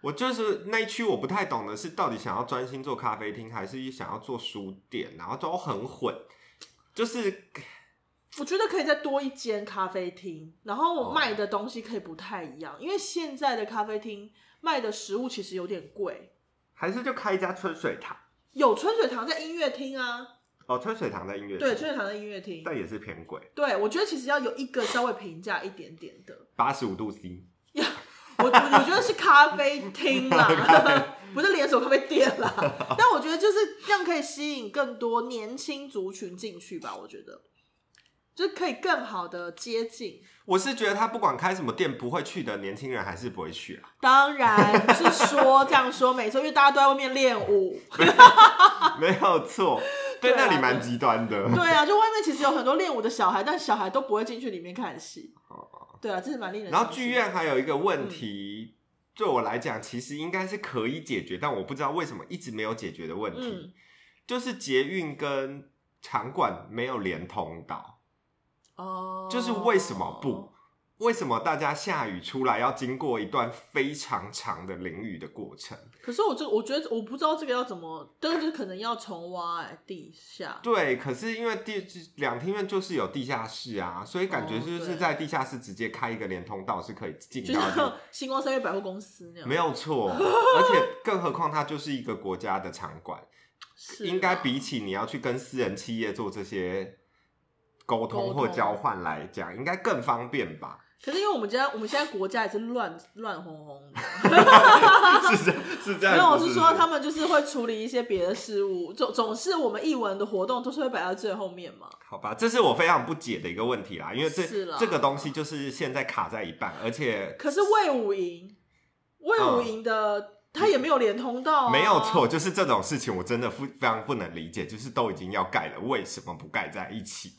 Speaker 2: 我就是那一区，我不太懂的是，到底想要专心做咖啡厅，还是想要做书店，然后都很混，就是
Speaker 1: 我觉得可以再多一间咖啡厅，然后
Speaker 2: 哦
Speaker 1: 卖的东西可以不太一样，因为现在的咖啡厅卖的食物其实有点贵。
Speaker 2: 还是就开一家春水堂
Speaker 1: 有春水堂在音乐厅啊，
Speaker 2: 哦，春水堂在音乐
Speaker 1: 对，
Speaker 2: 厅，
Speaker 1: 春水堂在音乐厅，
Speaker 2: 但也是偏贵，
Speaker 1: 对我觉得其实要有一个稍微平价一点点的，
Speaker 2: 八十五度 C。
Speaker 1: 我我我觉得是咖啡厅 啦，不是连锁咖啡店啦。但我觉得就是这样可以吸引更多年轻族群进去吧，我觉得。就是可以更好的接近，
Speaker 2: 我是觉得他不管开什么店，不会去的年轻人还是不会去啊。
Speaker 1: 当然是说这样说没错，因为大家都在外面练舞。
Speaker 2: 啊 没有错，
Speaker 1: 对
Speaker 2: 对，
Speaker 1: 啊
Speaker 2: 那里蛮极端的。
Speaker 1: 对啊，就外面其实有很多练舞的小孩，但小孩都不会进去里面看戏。对啊，这是蛮嗯令人。
Speaker 2: 然后剧，院还有一个问题，对我来讲其实应该是可以解决，但我不知道为什么一直没有解决的问题，
Speaker 1: 嗯，
Speaker 2: 就是捷运跟场馆没有连通到。
Speaker 1: 哦，
Speaker 2: 就是为什么不？为什么大家下雨出来要经过一段非常长的淋雨的过程？
Speaker 1: 可是我这，我觉得我不知道这个要怎么，但是可能要重挖、哎地下。
Speaker 2: 对，可是因为地两厅院就是有地下室啊，所以感觉
Speaker 1: 哦
Speaker 2: 就是
Speaker 1: 对
Speaker 2: 在地下室直接开一个连通道是可以进
Speaker 1: 就
Speaker 2: 到
Speaker 1: 像
Speaker 2: 的，
Speaker 1: 星光三月百货公司那样，
Speaker 2: 没 有错。而且更何况它就是一个国家的场馆，
Speaker 1: 是啊
Speaker 2: 应该比起你要去跟私人企业做这些沟
Speaker 1: 沟
Speaker 2: 通或
Speaker 1: 通
Speaker 2: 交换来讲，应该更方 便吧？
Speaker 1: 可是因为我们家我们现在国家也是乱乱哄哄的，
Speaker 2: 是这是这样，
Speaker 1: 没有，我
Speaker 2: 是
Speaker 1: 是说他们就是会处理一些别的事务，总总是我们艺文的活动都是会摆在最后面嘛。
Speaker 2: 好吧，这是我非常不解的一个问题啦，因为这
Speaker 1: 是啦
Speaker 2: 这个东西就是现在卡在一半，而且
Speaker 1: 可是魏武营，魏武营的、他也没有连通道、啊，
Speaker 2: 嗯没有错，，就是这种事情我真的不非常不能理解，就是都已经要盖了，为什么不盖在一起？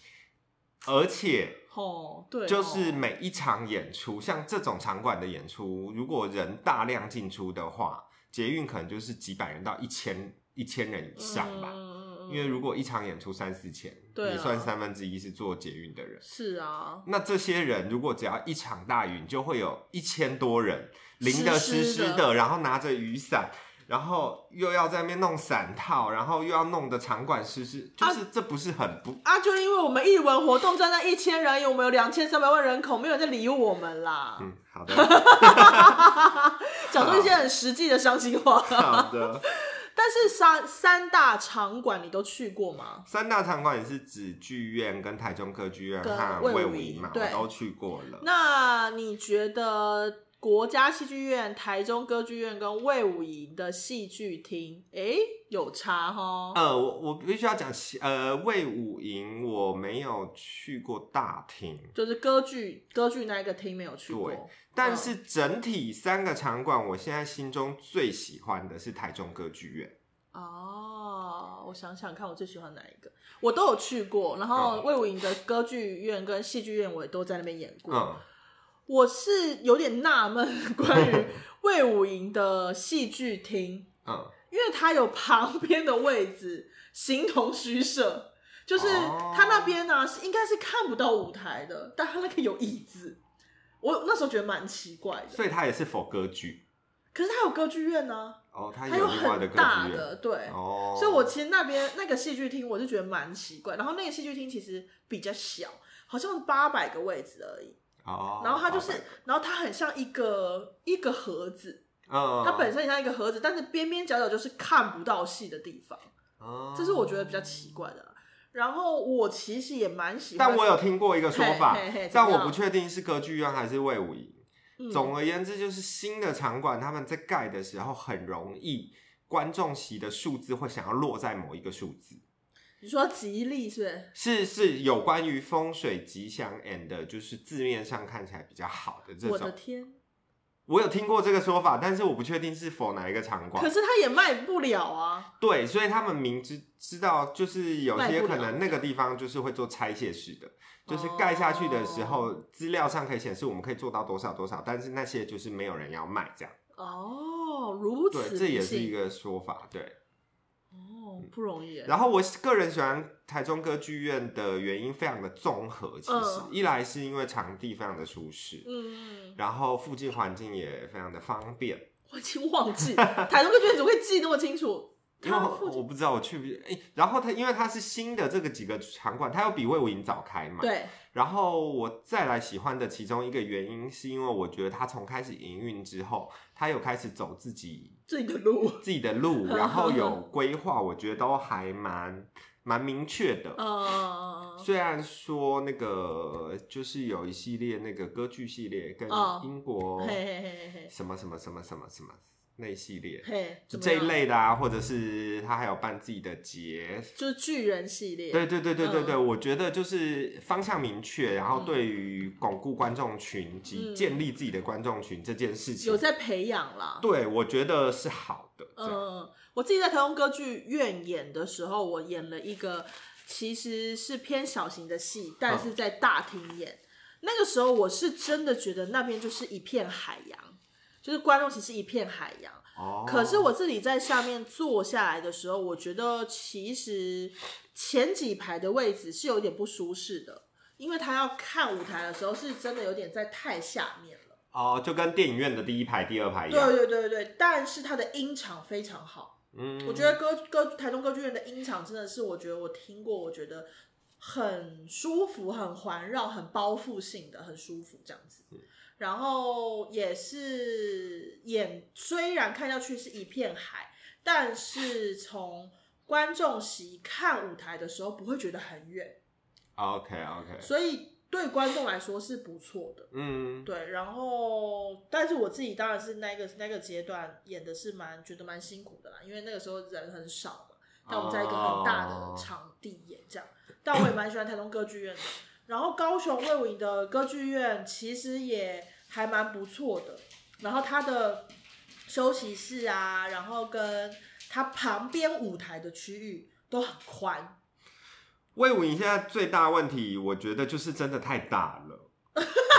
Speaker 2: 而且
Speaker 1: 哦，对哦，
Speaker 2: 就是每一场演出，像这种场馆的演出，如果人大量进出的话，捷运可能就是几百人到一千一千人以上吧。
Speaker 1: 嗯嗯嗯嗯
Speaker 2: 因为如果一场演出三四千，
Speaker 1: 对啊
Speaker 2: 你算三分之一是做捷运的人。
Speaker 1: 是啊，
Speaker 2: 那这些人如果只要一场大雨，你就会有一千多人淋得湿
Speaker 1: 湿
Speaker 2: 湿
Speaker 1: 的
Speaker 2: 的，然后拿着雨伞，然后又要在那边弄伞套，然后又要弄得场馆湿湿，就是这不是很不、
Speaker 1: 啊，就因为我们艺文活动站在一千人，我们有两千三百万人口，没有人在理我们啦，
Speaker 2: 嗯 好的
Speaker 1: 讲出一些很实际的伤心话。
Speaker 2: 好的。
Speaker 1: 但是三三大场馆你都去过吗？
Speaker 2: 三大场馆也是指剧院、跟台中歌剧院
Speaker 1: 跟
Speaker 2: 和
Speaker 1: 魏
Speaker 2: 魏
Speaker 1: 武
Speaker 2: 武
Speaker 1: 营
Speaker 2: 营嘛，
Speaker 1: 对
Speaker 2: 我都去过了。
Speaker 1: 那你觉得国家戏剧院、台中歌剧院跟魏武营的戏剧厅，诶、有差哈？
Speaker 2: 呃，我我必须要讲，呃，魏武营我没有去过大厅，
Speaker 1: 就是歌剧歌剧那一个厅没有去过
Speaker 2: 对，但
Speaker 1: 嗯
Speaker 2: 是整体三个场馆，我现在心中最喜欢的是台中歌剧院。
Speaker 1: 哦，我想想看，我最喜欢哪一个？我都有去过，然后
Speaker 2: 嗯
Speaker 1: 魏武营的歌剧院跟戏剧院我也都在那边演过。
Speaker 2: 嗯，
Speaker 1: 我是有点纳闷 关 于魏武营的戏剧厅，
Speaker 2: 嗯，
Speaker 1: 因为它有旁边的位置形同虚 设，就是
Speaker 2: 哦
Speaker 1: 它那边呢、是应该是看不到舞台的，但它那个有椅子，我那时候觉得蛮奇怪的。
Speaker 2: 所以它也是否歌剧
Speaker 1: 可是它有歌剧院呢、
Speaker 2: 哦，它
Speaker 1: 它有
Speaker 2: 有另外
Speaker 1: 很
Speaker 2: 歌
Speaker 1: 大
Speaker 2: 剧
Speaker 1: 的，
Speaker 2: 院
Speaker 1: 对，
Speaker 2: 哦，
Speaker 1: 所以我其实那边那个戏剧厅我就觉得蛮奇怪，然后那个戏剧厅其实比较小，好像八百个位置而已。
Speaker 2: 哦，
Speaker 1: 然后它就
Speaker 2: 好
Speaker 1: 是
Speaker 2: 吧，
Speaker 1: 然后它很像一个一个盒子，
Speaker 2: 嗯，
Speaker 1: 它本身很像一个盒子，但是边边角角就是看不到戏的地方，
Speaker 2: 哦，
Speaker 1: 这是我觉得比较奇怪的啦。然后我其实也蛮喜欢，
Speaker 2: 但我有听过一个说法
Speaker 1: 嘿嘿嘿，怎
Speaker 2: 但
Speaker 1: 么
Speaker 2: 我
Speaker 1: 样
Speaker 2: 不确定是歌剧院还是魏武营。
Speaker 1: 嗯
Speaker 2: 总而言之，就是新的场馆他们在盖的时候，很容易观众席的数字会想要落在某一个数字，
Speaker 1: 你说吉利是不是？
Speaker 2: 是是有关于风水吉祥 and 就是字面上看起来比较好的这
Speaker 1: 我
Speaker 2: 种。
Speaker 1: 的
Speaker 2: 我
Speaker 1: 天！
Speaker 2: 有听过这个说法，但是我不确定是否哪一个场
Speaker 1: 可
Speaker 2: 馆。
Speaker 1: 是它也卖不了啊。
Speaker 2: 对，所以他们明知知道，就是有
Speaker 1: 卖
Speaker 2: 些
Speaker 1: 不
Speaker 2: 可
Speaker 1: 了
Speaker 2: 能那个地方就是会做拆卸式的，就是盖下去的时候，资料上可以显示我们可以做到多少多少，但是那些就是没有人要卖这样。
Speaker 1: 哦，如此
Speaker 2: 对，这也
Speaker 1: 不
Speaker 2: 是
Speaker 1: 幸
Speaker 2: 一个说法。对。
Speaker 1: 哦，不容易耶。
Speaker 2: 然后我个人喜欢台中歌剧院的原因非常的综合，其实、
Speaker 1: 嗯
Speaker 2: 一来是因为场地非常的舒适，
Speaker 1: 嗯，
Speaker 2: 然后附近环境也非常的方便。
Speaker 1: 我已经忘记台中歌剧院怎么会记那么清楚？
Speaker 2: 因为
Speaker 1: 它
Speaker 2: 我
Speaker 1: 附近
Speaker 2: 我不知道我去不去，诶然后它因为它是新的这个几个场馆，它要比魏武营早开嘛。。
Speaker 1: 对，
Speaker 2: 然后我再来喜欢的其中一个原因，是因为我觉得它从开始营运之后，它有开始走自己
Speaker 1: 自己的路，
Speaker 2: 自己的 路，然后有规划，我觉得都还蛮蛮明确
Speaker 1: 嗯
Speaker 2: 的。
Speaker 1: 呃，
Speaker 2: 虽然说那个就是有一系列那个歌剧系列跟
Speaker 1: 哦
Speaker 2: 英国
Speaker 1: 嘿嘿嘿嘿
Speaker 2: 什么什么什么什么什么那一系 列
Speaker 1: 嘿，嘿，
Speaker 2: 就
Speaker 1: 怎么
Speaker 2: 这一
Speaker 1: 样
Speaker 2: 类的啊，或者是他还有办自己的节，
Speaker 1: 就是巨人系列，
Speaker 2: 对对对对对对，
Speaker 1: 嗯
Speaker 2: 我觉得就是方向明确，然后
Speaker 1: 嗯
Speaker 2: 对于巩固观众群及
Speaker 1: 嗯
Speaker 2: 建立自己的观众群这件事情
Speaker 1: 有，在培养啦。
Speaker 2: 对我觉得是好的。这样
Speaker 1: 嗯，我自己在台中歌剧院演的时候，我演了一个其实是偏小型的戏，但是在大厅演。
Speaker 2: 嗯
Speaker 1: 那个时候我是真的觉得那边就是一片海洋，就是观众其实一片海洋。
Speaker 2: 哦，
Speaker 1: 可是我自己在下面坐下来的时候，我觉得其实前几排的位置是有点不舒适的，因为他要看舞台的时候，是真的有点在太下面了。
Speaker 2: 哦，就跟电影院的第一排、第二排一
Speaker 1: 对
Speaker 2: 样，
Speaker 1: 对对对，但是他的音场非常好，
Speaker 2: 嗯，
Speaker 1: 我觉得歌歌台中歌剧院的音场真的是，我觉得我听过，我觉得很舒服、很环绕、很包覆性的，很舒服这样子。然后也是演，虽然看下去是一片海，但是从观众席看舞台的时候不会觉得很远，
Speaker 2: OK OK，
Speaker 1: 所以对观众来说是不错的。
Speaker 2: 嗯，
Speaker 1: 对，然后但是我自己当然是那个那个阶段演的是蛮觉得蛮辛苦的啦，因为那个时候人很少嘛，但我们在一个很大的场地演这样，但我也蛮喜欢台中歌剧院的。然后高雄魏武营的歌剧院其实也还蛮不错的，然后它的休息室啊，然后跟它旁边舞台的区域都很宽，
Speaker 2: 魏武营现在最大问题，我觉得就是真的太大了，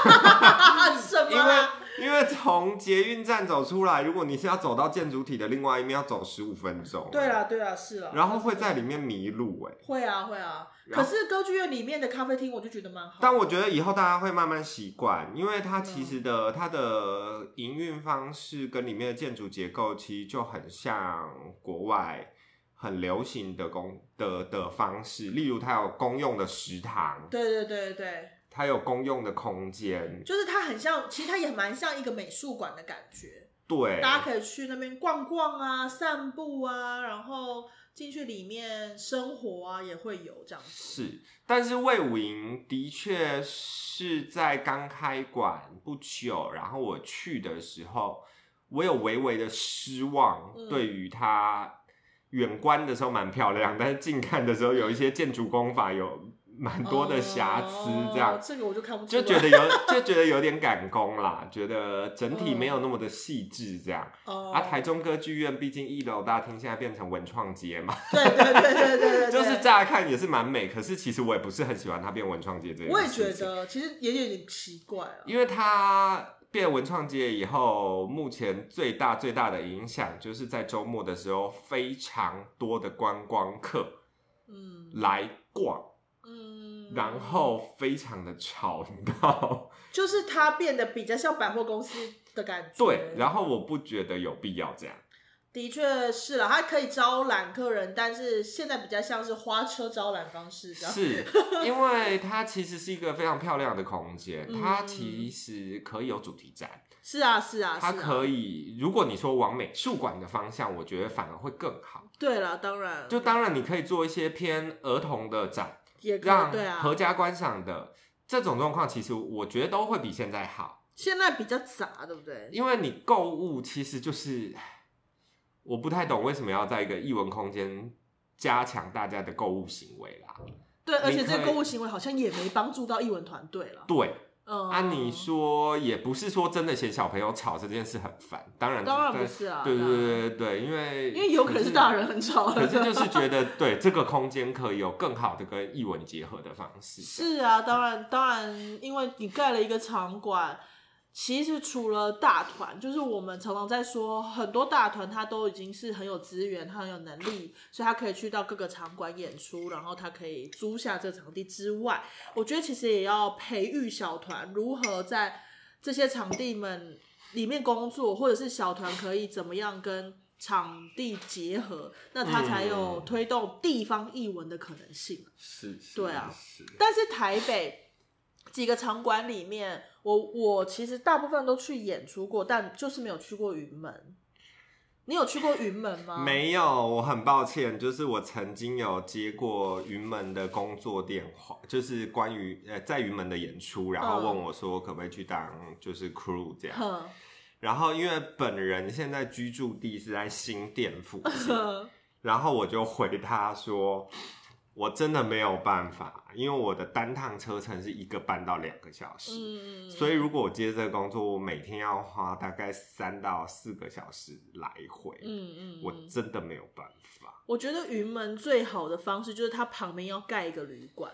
Speaker 1: 啊什
Speaker 2: 因
Speaker 1: 么
Speaker 2: 为
Speaker 1: 啦？
Speaker 2: 因为从捷运站走出来，如果你是要走到建筑体的另外一面，要走十五分钟。
Speaker 1: 对啊啦，对啦，是啦。
Speaker 2: 然后会在里面迷路哎、
Speaker 1: 会啊，会啊。
Speaker 2: 然
Speaker 1: 可
Speaker 2: 后
Speaker 1: 是歌剧院里面的咖啡厅，我就觉得蛮好。
Speaker 2: 但我觉得以后大家会慢慢习惯，因为它其实
Speaker 1: 嗯
Speaker 2: 的它的营运方式跟里面的建筑结构其实就很像国外很流行的公的的方式，例如它有公用的食堂，
Speaker 1: 对对对对，
Speaker 2: 它有公用的空间，
Speaker 1: 就是它很像，其实它也蛮像一个美术馆的感觉。
Speaker 2: 对，
Speaker 1: 大家可以去那边逛逛啊，散步啊，然后进去里面生活啊，也会有这样子。
Speaker 2: 是，但是魏武营的确是在刚开馆不久，然后我去的时候，我有微微的失望，
Speaker 1: 嗯
Speaker 2: 对于它远观的时候蛮漂亮，但是近看的时候有一些建筑工法有蛮多的瑕疵，这样、
Speaker 1: 哦这个我就看不出
Speaker 2: 就
Speaker 1: 来。
Speaker 2: 觉得有就觉得有点赶工啦，觉得整体没有那么的细致这样。
Speaker 1: 嗯哦，
Speaker 2: 啊，台中歌剧院毕竟一楼大厅现在变成文创街嘛，
Speaker 1: 对对对对对对，
Speaker 2: 就是乍看也是蛮美，可是其实我也不是很喜欢它变文创街这件事情。
Speaker 1: 我也觉，得，其实也有点奇怪啊。
Speaker 2: 因为它变文创街以后，目前最大最大的影响就是在周末的时候，非常多的观光客
Speaker 1: 嗯
Speaker 2: 来逛，
Speaker 1: 嗯，
Speaker 2: 然后非常的吵 闹。
Speaker 1: 就是它变得比较像百货公司的感觉。
Speaker 2: 对，然后我不觉得有必要这样。
Speaker 1: 的确是啦，它可以招揽客人，但是现在比较像是花车招揽方式这样。
Speaker 2: 是因为它其实是一个非常漂亮的空间，
Speaker 1: 嗯
Speaker 2: 它其实可以有主题展。
Speaker 1: 是啊，是啊，
Speaker 2: 它
Speaker 1: 是啊
Speaker 2: 可以，如果你说往美术馆的方向，我觉得反而会更好。
Speaker 1: 对啦，当然
Speaker 2: 就当然你可以做一些偏儿童的展，
Speaker 1: 也可以
Speaker 2: 让
Speaker 1: 对啊。
Speaker 2: 合家观赏的这种状况，其实我觉得都会比现在好，
Speaker 1: 现在比较杂，对不对？
Speaker 2: 因为你购物其实就是，我不太懂为什么要在一个艺文空间加强大家的购物行为啦。
Speaker 1: 对，而且
Speaker 2: 你
Speaker 1: 这
Speaker 2: 可
Speaker 1: 个
Speaker 2: 以
Speaker 1: 购物行为好像也没帮助到艺文团队了。
Speaker 2: 对，
Speaker 1: 嗯，
Speaker 2: 按、你说也不是说真的嫌小朋友吵这件事很烦，当然
Speaker 1: 当然
Speaker 2: 但
Speaker 1: 不是啊
Speaker 2: 对对
Speaker 1: 当然
Speaker 2: 对对对，因为
Speaker 1: 因为有可能是大人很吵
Speaker 2: 可是就是觉得，对这个空间可以有更好的跟译文结合的方式。
Speaker 1: 是啊，当然，当然，因为你盖了一个场馆，其实除了大团，就是我们常常在说，很多大团它都已经是很有资源，它很有能力，所以它可以去到各个场馆演出，然后它可以租下这个场地之外，我觉得其实也要培育小团如何在这些场地们里面工作，或者是小团可以怎么样跟。场地结合，那它才有
Speaker 2: 嗯
Speaker 1: 推动地方艺文的可能性。
Speaker 2: 是是
Speaker 1: 对啊
Speaker 2: 是
Speaker 1: 但是台北几个场馆里面，我我其实大部分都去演出过，但就是没有去过云门。你有去过云门吗？。
Speaker 2: 没有，我很抱歉，就是我曾经有接过云门的工作电话，就是关于呃在云门的演出，然后
Speaker 1: 嗯
Speaker 2: 问我说可不可以去当就是 crew 这样。
Speaker 1: 哼，
Speaker 2: 然后因为本人现在居住地是在新店附 近，
Speaker 1: 嗯
Speaker 2: 然后我就回他说，我真的没有办法，因为我的单趟车程是一个半到两个小时。
Speaker 1: 嗯，
Speaker 2: 所以如果我接这个工作，我每天要花大概三到四个小时来回，
Speaker 1: 嗯嗯，
Speaker 2: 我
Speaker 1: 嗯
Speaker 2: 真的没有办法。
Speaker 1: 我觉得云门最好的方式就是它旁边要盖一个旅馆，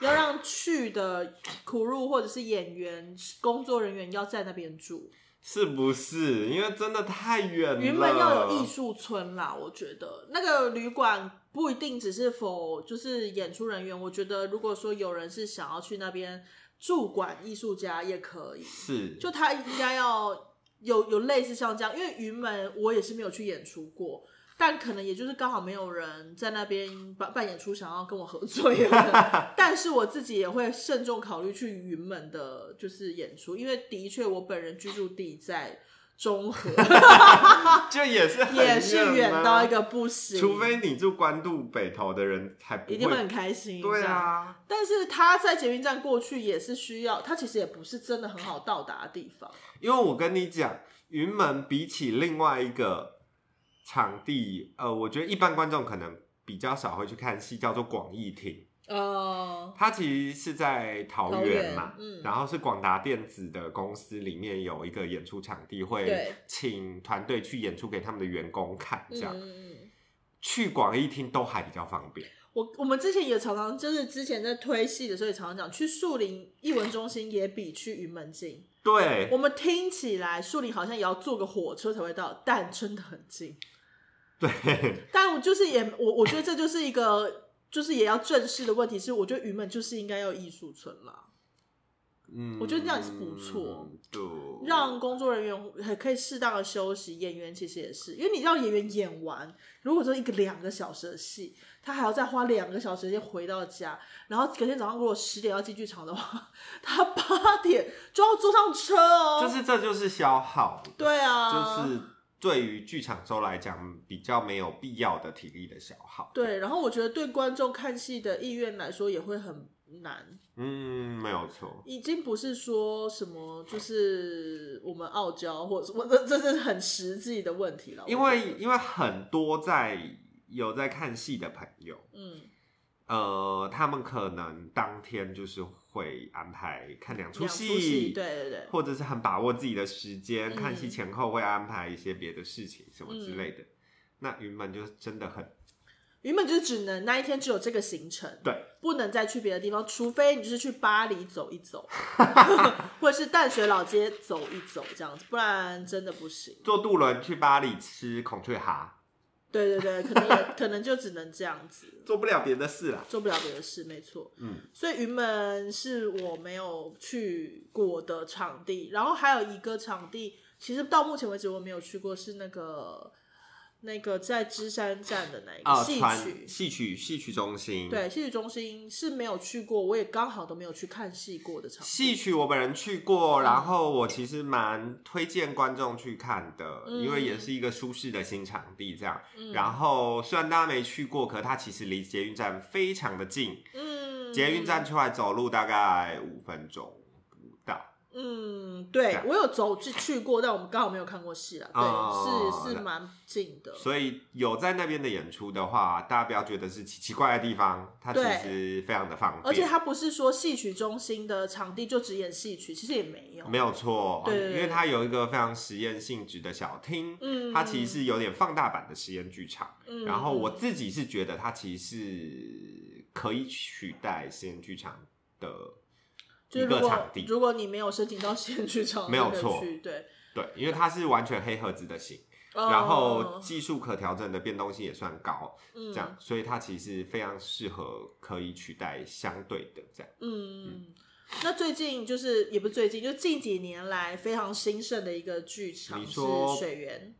Speaker 1: 要让去的苦路或者是演员工作人员要在那边住。
Speaker 2: 是不是？因为真的太远了。
Speaker 1: 云门要有艺术村啦，我觉得那个旅馆不一定只是否就是演出人员，我觉得如果说有人是想要去那边驻馆艺术家也可以，
Speaker 2: 是，
Speaker 1: 就他应该要有有类似像这样，因为云门我也是没有去演出过。但可能也就是刚好没有人在那边办办演出，想要跟我合作也有可能但是我自己也会慎重考虑去云门的，就是演出，因为的确我本人居住地在中和，
Speaker 2: 就也 是很
Speaker 1: 也是远
Speaker 2: 啊
Speaker 1: 到一，个不行，
Speaker 2: 除非你住关渡北头的人才不
Speaker 1: 一定会
Speaker 2: 会。
Speaker 1: 很开心。
Speaker 2: 对
Speaker 1: 这样，
Speaker 2: 啊，
Speaker 1: 但是他在捷运站过去也是需要，他其实也不是真的很好到达的地方。
Speaker 2: 因为我跟你讲，云门比起另外一个场地，呃，我觉得一般观众可能比较少会去看戏，叫做广义厅。
Speaker 1: 呃，
Speaker 2: 它其实是在桃园嘛，
Speaker 1: 桃园嗯
Speaker 2: 然后是广达电子的公司里面有一个演出场地，
Speaker 1: 对
Speaker 2: 会请团队去演出给他们的员工看，这样、
Speaker 1: 嗯，
Speaker 2: 去广义厅都还比较方便。
Speaker 1: 我我们之前也常常就是之前在推戏的时候也常常讲，去树林艺文中心也比去云门近。
Speaker 2: 对，
Speaker 1: 我们听起来树林好像也要坐个火车才会到，但真的很近。
Speaker 2: 对，
Speaker 1: 但我就是也我我觉得这就是一个就是也要正视的问题是，我觉得云门就是应该要艺术村啦，
Speaker 2: 嗯，
Speaker 1: 我觉得这样子不错，
Speaker 2: 对，
Speaker 1: 让工作人员还可以适当的休息，演员其实也是，因为你让演员演完，如果说一个两个小时的戏，他还要再花两个小时先回到家，然后隔天早上如果十点要进剧场的话， 他八点就要坐上车哦，
Speaker 2: 就是这就是消耗，
Speaker 1: 对啊，
Speaker 2: 就是对于剧场周来讲比较没有必要的体力的消耗。
Speaker 1: 对，然后我觉得对观众看戏的意愿来说也会很难，
Speaker 2: 嗯，没有错。
Speaker 1: 已经不是说什么就是我们傲娇或者我这这是很实际的问题了。我
Speaker 2: 因
Speaker 1: 觉
Speaker 2: 为
Speaker 1: 得
Speaker 2: 因为很多在有在看戏的朋友，
Speaker 1: 嗯，
Speaker 2: 呃，他们可能当天就是会安排看两出
Speaker 1: 两出戏，
Speaker 2: 戏，，
Speaker 1: 对对对，
Speaker 2: 或者是很把握自己的时间，
Speaker 1: 嗯
Speaker 2: 看戏前后会安排一些别的事情什么之类的。那云门就真的很
Speaker 1: 原本就只能那一天只有这个行程，
Speaker 2: 对，
Speaker 1: 不能再去别的地方，除非你就是去巴黎走一 走， 或者是淡水老街走一走这样子，不然真的不行。
Speaker 2: 坐渡轮去巴黎吃孔雀蛤，
Speaker 1: 对对对，可能 也可能就只能这样子。
Speaker 2: 做不了别的事啦。
Speaker 1: 做不了别的事，没错。
Speaker 2: 嗯，
Speaker 1: 所以云门是我没有去过的场地，然后还有一个场地，其实到目前为止我没有去过，是那个那个在芝山站的那一
Speaker 2: 啊，
Speaker 1: 个戏
Speaker 2: 传
Speaker 1: 曲，
Speaker 2: 戏曲戏曲中心，，
Speaker 1: 对，戏曲中心是没有去过，我也刚好都没有去看戏过的场地。
Speaker 2: 戏曲我本人去
Speaker 1: 嗯
Speaker 2: 过，然后我其实蛮推荐观众去看的，
Speaker 1: 嗯
Speaker 2: 因为也是一个舒适的新场地这样。
Speaker 1: 嗯
Speaker 2: 然后虽然大家没去过，可它其实离捷运站非常的近，
Speaker 1: 嗯，
Speaker 2: 捷运站出来走路大概五分钟不到。
Speaker 1: 嗯，
Speaker 2: 这
Speaker 1: 对
Speaker 2: 样
Speaker 1: 我有走去去过，但我们刚好没有看过戏啦。对，
Speaker 2: 哦
Speaker 1: 是是
Speaker 2: 那
Speaker 1: 蛮近的。
Speaker 2: 所以有在那边的演出的话，大家不要觉得是奇奇怪的地方，它其
Speaker 1: 对
Speaker 2: 实非常的方便，
Speaker 1: 而且它不是说戏曲中心的场地就只演戏曲，其实也没有。
Speaker 2: 没有错，
Speaker 1: 对对对
Speaker 2: 因为它有一个非常实验性质的小厅，
Speaker 1: 嗯
Speaker 2: 它其实是有点放大版的实验剧场。
Speaker 1: 嗯
Speaker 2: 然后我自己是觉得它其实是可以取代实验剧场的
Speaker 1: 就
Speaker 2: 一
Speaker 1: 是如
Speaker 2: 个
Speaker 1: 果
Speaker 2: 场地，
Speaker 1: 如果你没有申请到先去场，
Speaker 2: 没有
Speaker 1: 那个
Speaker 2: 错
Speaker 1: 去对。
Speaker 2: 对，因为它是完全黑盒子的型，
Speaker 1: 哦
Speaker 2: 然后技术可调整的变动性也算高，
Speaker 1: 嗯
Speaker 2: 这样，所以它其实非常适合可以取代相对的这样。
Speaker 1: 嗯，那最近就是也不是最近，就近几年来非常兴盛的一个剧场
Speaker 2: 你
Speaker 1: 是
Speaker 2: 说
Speaker 1: 水源，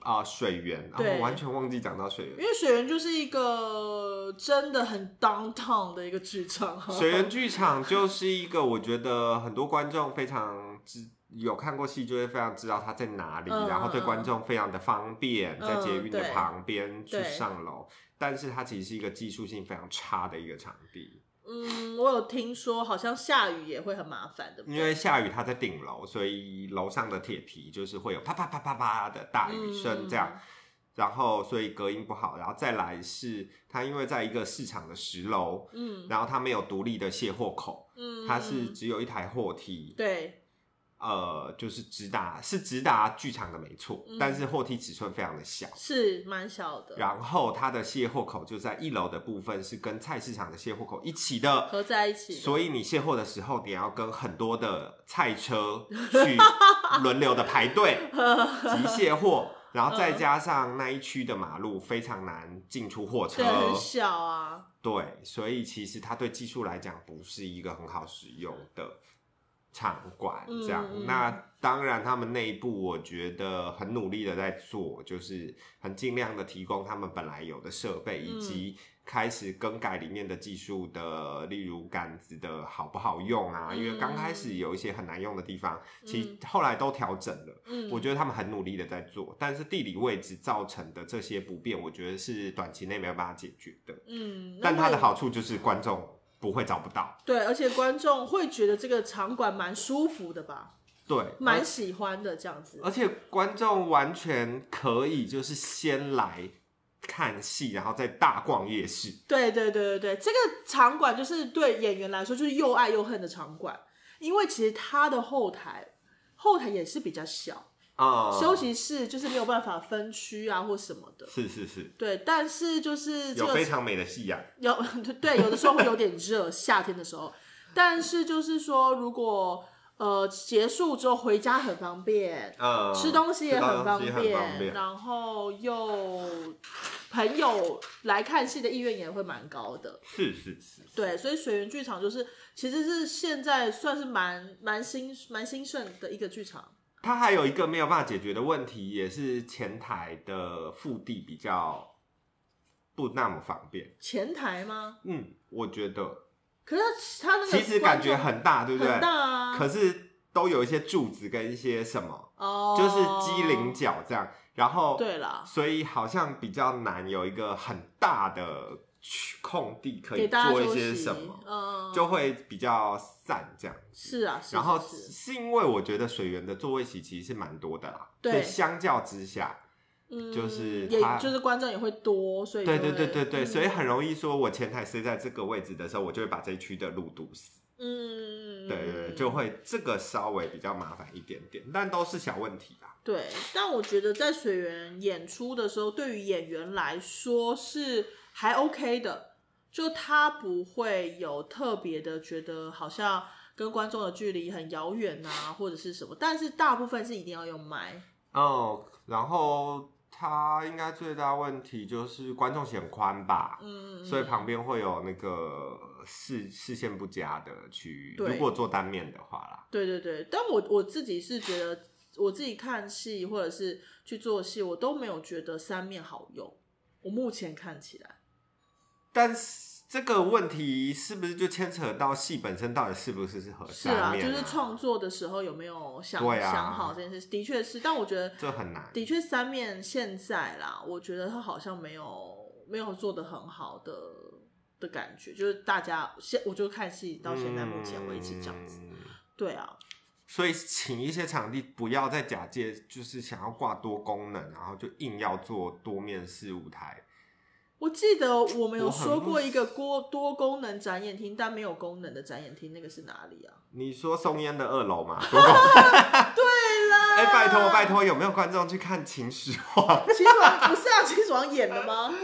Speaker 2: 啊、水源，啊，
Speaker 1: 对
Speaker 2: 我完全忘记讲到水源
Speaker 1: 因。为水源就是一个真的很 downtown 的一个剧场啊，
Speaker 2: 水源剧场就是一个，我觉得很多观众非常知有看过戏，就会非常知道它在哪里，
Speaker 1: 嗯
Speaker 2: 然后对
Speaker 1: 嗯
Speaker 2: 观众非常的方便，
Speaker 1: 嗯
Speaker 2: 在捷运的
Speaker 1: 对
Speaker 2: 旁边去
Speaker 1: 对
Speaker 2: 上楼。但是它其实是一个技术性非常差的一个场地，
Speaker 1: 嗯，我有听说好像下雨也会很麻烦，对不对？
Speaker 2: 因为下雨它在顶楼，所以楼上的铁皮就是会有啪啪啪啪啪的大雨声这样。
Speaker 1: 嗯
Speaker 2: 然后，所以隔音不好，然后再来是它因为在一个市场的十楼，
Speaker 1: 嗯
Speaker 2: 然后它没有独立的卸货口，
Speaker 1: 嗯，
Speaker 2: 它是只有一台货梯，
Speaker 1: 对，
Speaker 2: 呃，就是直达是直达剧场的没错，
Speaker 1: 嗯
Speaker 2: 但是货梯尺寸非常的小。
Speaker 1: 是蛮小的，
Speaker 2: 然后它的卸货口就在一楼的部分是跟菜市场的卸货口一起的，
Speaker 1: 合在一起的，
Speaker 2: 所以你卸货的时候，你要跟很多的 菜车去轮流的排队集卸货，然后再
Speaker 1: 嗯
Speaker 2: 加上那一区的马路非常难进出货车
Speaker 1: 对，，很小啊。
Speaker 2: 对，所以其实它对技术来讲不是一个很好使用的场馆，这样。
Speaker 1: 嗯嗯
Speaker 2: 那当然，他们内部我觉得很努力的在做，就是很尽量的提供他们本来有的设备，以
Speaker 1: 嗯
Speaker 2: 及开始更改里面的技术的，例如杆子的好不好用啊，因为刚开
Speaker 1: 嗯
Speaker 2: 始有一些很难用的地方，其实后来都调整了。
Speaker 1: 嗯，
Speaker 2: 我觉得他们很努力的在做，但是地理位置造成的这些不便，我觉得是短期内没有办法解决的。
Speaker 1: 嗯，
Speaker 2: 但
Speaker 1: 那
Speaker 2: 它的
Speaker 1: 会
Speaker 2: 好处就是观众不会找不到，
Speaker 1: 对，而且观众会觉得这个场馆蛮舒服的吧，
Speaker 2: 对，
Speaker 1: 蛮
Speaker 2: 而
Speaker 1: 喜欢的这样子。
Speaker 2: 而且观众完全可以就是先来看戏，然后再大逛夜市，
Speaker 1: 对对对对对，这个场馆就是对演员来说就是又爱又恨的场馆，因为其实它的后台后台也是比较小，
Speaker 2: 啊，
Speaker 1: 哦休息室就是没有办法分区啊或什么的。
Speaker 2: 是是是，
Speaker 1: 对，但是就是这
Speaker 2: 有
Speaker 1: 个
Speaker 2: 非常美的啊夕阳，
Speaker 1: 有 对，有的时候会有点热，夏天的时候。但是就是说，如果呃结束之后回家很方便，
Speaker 2: 啊，
Speaker 1: 吃东西也很方
Speaker 2: 吃
Speaker 1: 便，
Speaker 2: 东西很方便
Speaker 1: 然后又朋友来看戏的意愿也会蛮高的。
Speaker 2: 是是是，
Speaker 1: 对，所以水源剧场就是其实是现在算是蛮蛮兴蛮兴盛的一个剧场。
Speaker 2: 它还有一个没有办法解决的问题，也是前台的腹地比较不那么方便。
Speaker 1: 前台吗？
Speaker 2: 嗯，我觉得
Speaker 1: 可是他那个
Speaker 2: 其实感觉
Speaker 1: 观众
Speaker 2: 很大，对不对
Speaker 1: 很？大啊，
Speaker 2: 可是都有一些柱子跟一些什么，
Speaker 1: 哦，
Speaker 2: 就是机灵角这样，然后
Speaker 1: 对啦，
Speaker 2: 所以好像比较难有一个很大的区空地可以
Speaker 1: 给大家
Speaker 2: 做一
Speaker 1: 休
Speaker 2: 些
Speaker 1: 息，
Speaker 2: 什么，
Speaker 1: 嗯，
Speaker 2: 就会比较散这样。
Speaker 1: 是啊，是
Speaker 2: 然后
Speaker 1: 是是
Speaker 2: 是因为我觉得水源的座位席其实是蛮多的啦，
Speaker 1: 对
Speaker 2: 所以相较之下，
Speaker 1: 嗯，
Speaker 2: 就是
Speaker 1: 也
Speaker 2: 他
Speaker 1: 就是观众也会多，所以
Speaker 2: 对
Speaker 1: 就
Speaker 2: 对对
Speaker 1: 会
Speaker 2: 对对，
Speaker 1: 嗯
Speaker 2: 所以很容易说我前台塞在这个位置的时候，我就会把这一区的路堵死。
Speaker 1: 嗯，
Speaker 2: 对对对，就会这个稍微比较麻烦一点点，但都是小问题啦。
Speaker 1: 对。但我觉得在水源演出的时候，对于演员来说是还 OK 的，就他不会有特别的觉得好像跟观众的距离很遥远啊，或者是什么。但是大部分是一定要用麦，
Speaker 2: 哦，然后它应该最大问题就是观众席很宽吧，
Speaker 1: 嗯，
Speaker 2: 所以旁边会有那个视视线不佳的区域。
Speaker 1: 对
Speaker 2: 如果做单面的话啦，
Speaker 1: 对对对，但我我自己是觉得，我自己看戏或者是去做戏，我都没有觉得三面好用。我目前看起来，
Speaker 2: 但是这个问题是不是就牵扯到戏本身到底是不是是合
Speaker 1: 是
Speaker 2: 呃三
Speaker 1: 啊，
Speaker 2: 面、
Speaker 1: 就是创作的时候有没有想、
Speaker 2: 对啊
Speaker 1: 想好这件事，的确是。但我觉得，
Speaker 2: 这很难。
Speaker 1: 的确三面现在啦，我觉得他好像没有没有做的很好的的感觉，就是大家现我就看戏到现在目前为止这样子，
Speaker 2: 嗯
Speaker 1: 对啊，
Speaker 2: 所以请一些场地不要再假借就是想要挂多功能，然后就硬要做多面式舞台。
Speaker 1: 我记得我们有
Speaker 2: 我很
Speaker 1: 说
Speaker 2: 不
Speaker 1: 过一个多多功能展演厅，但没有功能的展演厅，那个是哪 里啊？
Speaker 2: 你说松烟的二 楼嘛？多功能
Speaker 1: 对啦，
Speaker 2: 哎、拜托拜，托，有没有观众去看秦始皇？
Speaker 1: 秦始皇不是啊，秦始皇演的吗？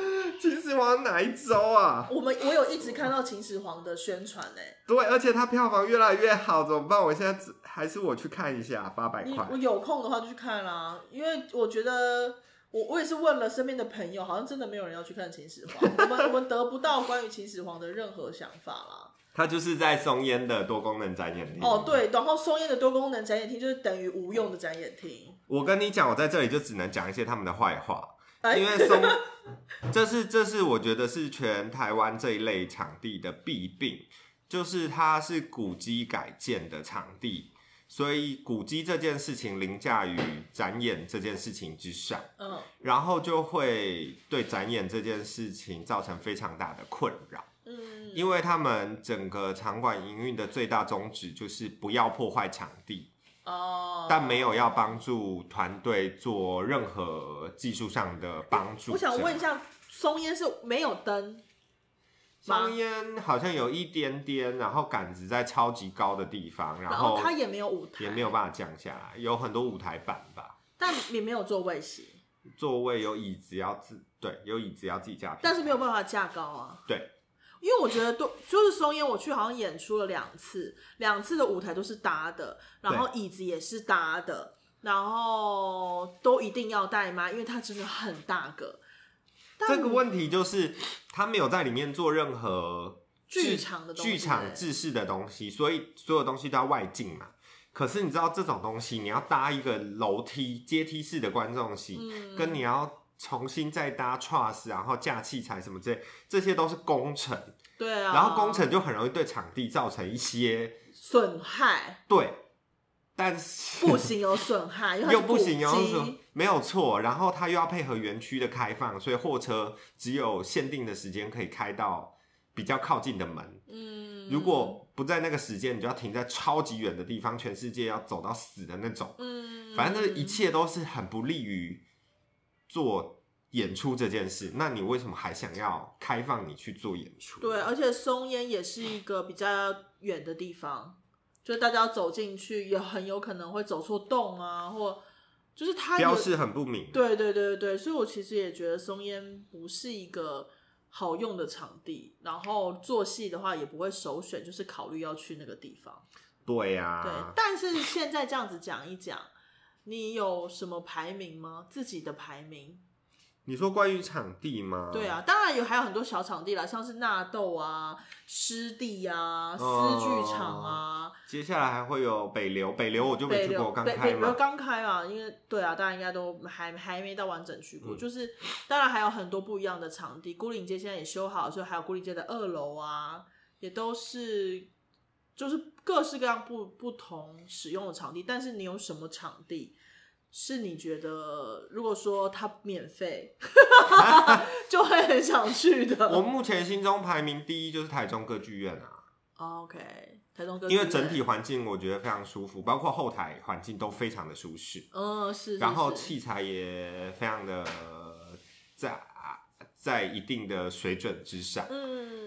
Speaker 2: 秦始皇哪一周啊？
Speaker 1: 我们我有一直看到秦始皇的宣传哎、
Speaker 2: 对，而且它票房越来越好，怎么办？我现在只还是我去看一下，八百
Speaker 1: 你
Speaker 2: 块
Speaker 1: 我。有空的话就去看啦、因为我觉得我我也是问了身边的朋友，好像真的没有人要去看秦始皇，我们我们得不到关于秦始皇的任何想法啦。
Speaker 2: 它就是在松烟的多功能展演厅。
Speaker 1: 哦，，对，然后松烟的多功能展演厅就是等于无用的展演厅，
Speaker 2: 我跟你讲，我在这里就只能讲一些他们的坏话。
Speaker 1: 哎
Speaker 2: 因为松， 这是这是我觉得是全台湾这一类场地的弊病，就是它是古迹改建的场地，所以古迹这件事情凌驾于展演这件事情之上，
Speaker 1: 嗯
Speaker 2: 然后就会对展演这件事情造成非常大的困扰，
Speaker 1: 嗯
Speaker 2: 因为他们整个场馆营运的最大宗旨就是不要破坏场地，
Speaker 1: 哦，
Speaker 2: 但没有要帮助团队做任何技术上的帮助。
Speaker 1: 我想问一
Speaker 2: 这样，
Speaker 1: 下，松烟是没有灯吗
Speaker 2: 香烟好像有一点点，然后杆子在超级高的地方，
Speaker 1: 然
Speaker 2: 后
Speaker 1: 它也没有舞台，
Speaker 2: 也没有，办法降下来，有很多舞台板吧，
Speaker 1: 但也没有座位席，
Speaker 2: 座位有椅子要自对，有椅子要自己架平，
Speaker 1: 但是没有办法架高啊。
Speaker 2: 对
Speaker 1: 因为我觉得都就是松烟，我去好像演出了两次，两次的舞台都是搭的，然后椅子也是搭的，然后都一定要带吗？因为它真的很大个。但
Speaker 2: 这个问题就是他没有在里面做任何
Speaker 1: 剧
Speaker 2: 制
Speaker 1: 场的东西
Speaker 2: 剧场
Speaker 1: 对
Speaker 2: 制式的东西，所以所有东西都要外进嘛。可是你知道这种东西，你要搭一个楼梯阶梯式的观众席，
Speaker 1: 嗯
Speaker 2: 跟你要重新再搭 truss，然后架器材什么之类，这些都是工程，
Speaker 1: 对啊，
Speaker 2: 然后工程就很容易对场地造成一些
Speaker 1: 损害
Speaker 2: 对，但是
Speaker 1: 不 行有损害，因为它是
Speaker 2: 又不行，然后
Speaker 1: 古迹
Speaker 2: 说 没有错，然后它又要配合园区的开放，所以货车只有限定的时间可以开到比较靠近的门。
Speaker 1: 嗯，
Speaker 2: 如果不在那个时间，你就要停在超级远的地方，全世界要走到死的那种。
Speaker 1: 嗯，
Speaker 2: 反正这一切都是很不利于做演出这件事。那你为什么还想要开放你去做演出？
Speaker 1: 对，而且松烟也是一个比较远的地方，就是大家要走进去也很有可能会走错洞啊，或就是他有
Speaker 2: 标示很不明。
Speaker 1: 对对对对，所以我其实也觉得松烟不是一个好用的场地，然后做戏的话也不会首选，就是考虑要去那个地方。
Speaker 2: 对呀、
Speaker 1: 对，但是现在这样子讲一讲，你有什么排名吗？自己的排名？
Speaker 2: 你说关于场地吗？
Speaker 1: 对，啊，当然有，还有很多小场地啦，像是纳豆啊、湿地
Speaker 2: 哦
Speaker 1: 啊、丝剧场啊、
Speaker 2: 接下来还会有北流，北流我就没
Speaker 1: 北
Speaker 2: 去过，
Speaker 1: 流、
Speaker 2: 我刚
Speaker 1: 北
Speaker 2: 开
Speaker 1: 北流
Speaker 2: 嘛。
Speaker 1: 刚开嘛，因为对啊，大家应该都还还没到完整去
Speaker 2: 嗯
Speaker 1: 过，就是当然还有很多不一样的场地，孤岭街现在也修好，所以还有孤岭街的二楼啊，也都是就是各式各样不不同使用的场地，但是你有什么场地？是你觉得，如果说它免费， 就会很想去的。
Speaker 2: 我目前心中排名第一就是台中歌剧院啊，
Speaker 1: 哦 OK，台中歌剧
Speaker 2: 因
Speaker 1: 院，
Speaker 2: 为整体环境我觉得非常舒服，包括后台环境都非常的舒适，
Speaker 1: 嗯是是
Speaker 2: 然后
Speaker 1: 是
Speaker 2: 器材也非常的在在一定的水准之上。
Speaker 1: 嗯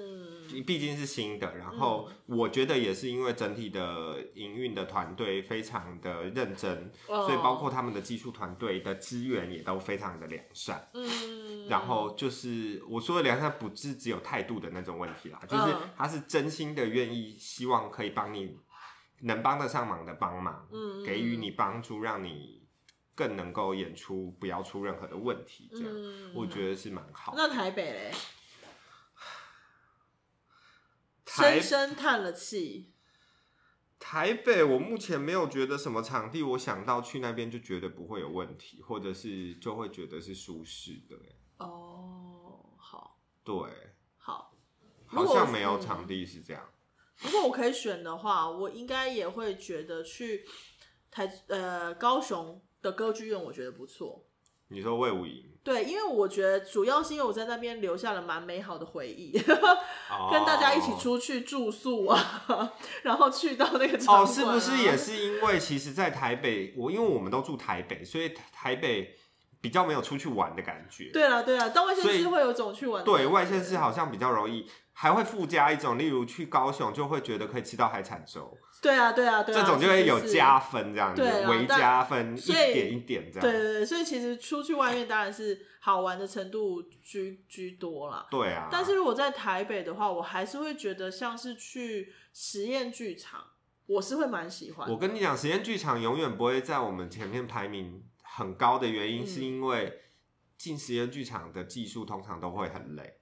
Speaker 2: 毕竟是新的，然后我觉得也是因为整体的营运的团队非常的认真，
Speaker 1: 哦
Speaker 2: 所以包括他们的技术团队的资源也都非常的良善。
Speaker 1: 嗯，
Speaker 2: 然后就是我说的良善，不是只有态度的那种问题啦，就是
Speaker 1: 嗯
Speaker 2: 他是真心的愿意，希望可以帮你能帮得上忙的帮忙，
Speaker 1: 嗯
Speaker 2: 给予你帮助，让你更能够演出，不要出任何的问题。这样
Speaker 1: 嗯
Speaker 2: 我觉得是蛮好的。
Speaker 1: 那台北嘞，
Speaker 2: 台
Speaker 1: 深深叹了气。
Speaker 2: 台北，我目前没有觉得什么场地，我想到去那边就觉得不会有问题，或者是就会觉得是舒适的耶。
Speaker 1: 哦，好，
Speaker 2: 对，
Speaker 1: 好。
Speaker 2: 好
Speaker 1: 如果
Speaker 2: 像没有
Speaker 1: 嗯
Speaker 2: 场地是这样。
Speaker 1: 如果我可以选的话，我应该也会觉得去台呃高雄的歌剧院，我觉得不错。
Speaker 2: 你说魏武营，
Speaker 1: 对，因为我觉得主要是因为我在那边留下了蛮美好的回忆， 跟
Speaker 2: 跟
Speaker 1: 大家一起出去住宿啊， 然后去到那个场
Speaker 2: 哦，是
Speaker 1: 馆啊
Speaker 2: 不是也是因为其实，在台北，我因为我们都住台北，所以台北比较没有出去玩的感觉。
Speaker 1: 对了对了，啊到外县
Speaker 2: 所以
Speaker 1: 市会有种去玩的
Speaker 2: 对，
Speaker 1: 感
Speaker 2: 外
Speaker 1: 觉
Speaker 2: 县市好像比较容易，还会附加一种，例如去高雄就会觉得可以吃到海产粥，
Speaker 1: 对啊对啊对啊，
Speaker 2: 这种就
Speaker 1: 其
Speaker 2: 会
Speaker 1: 实
Speaker 2: 有
Speaker 1: 是
Speaker 2: 加分这样子
Speaker 1: 对，啦
Speaker 2: 微
Speaker 1: 但
Speaker 2: 加分一
Speaker 1: 所以
Speaker 2: 点一点这样。
Speaker 1: 对对对，所以其实出去外面当然是好玩的程度居居多啦。
Speaker 2: 对啊，
Speaker 1: 但是如果在台北的话，我还是会觉得像是去实验剧场，我是会蛮喜欢的。
Speaker 2: 我跟你讲，实验剧场永远不会在我们前面排名很高的原因，
Speaker 1: 嗯
Speaker 2: 是因为进实验剧场的技术通常都会很累，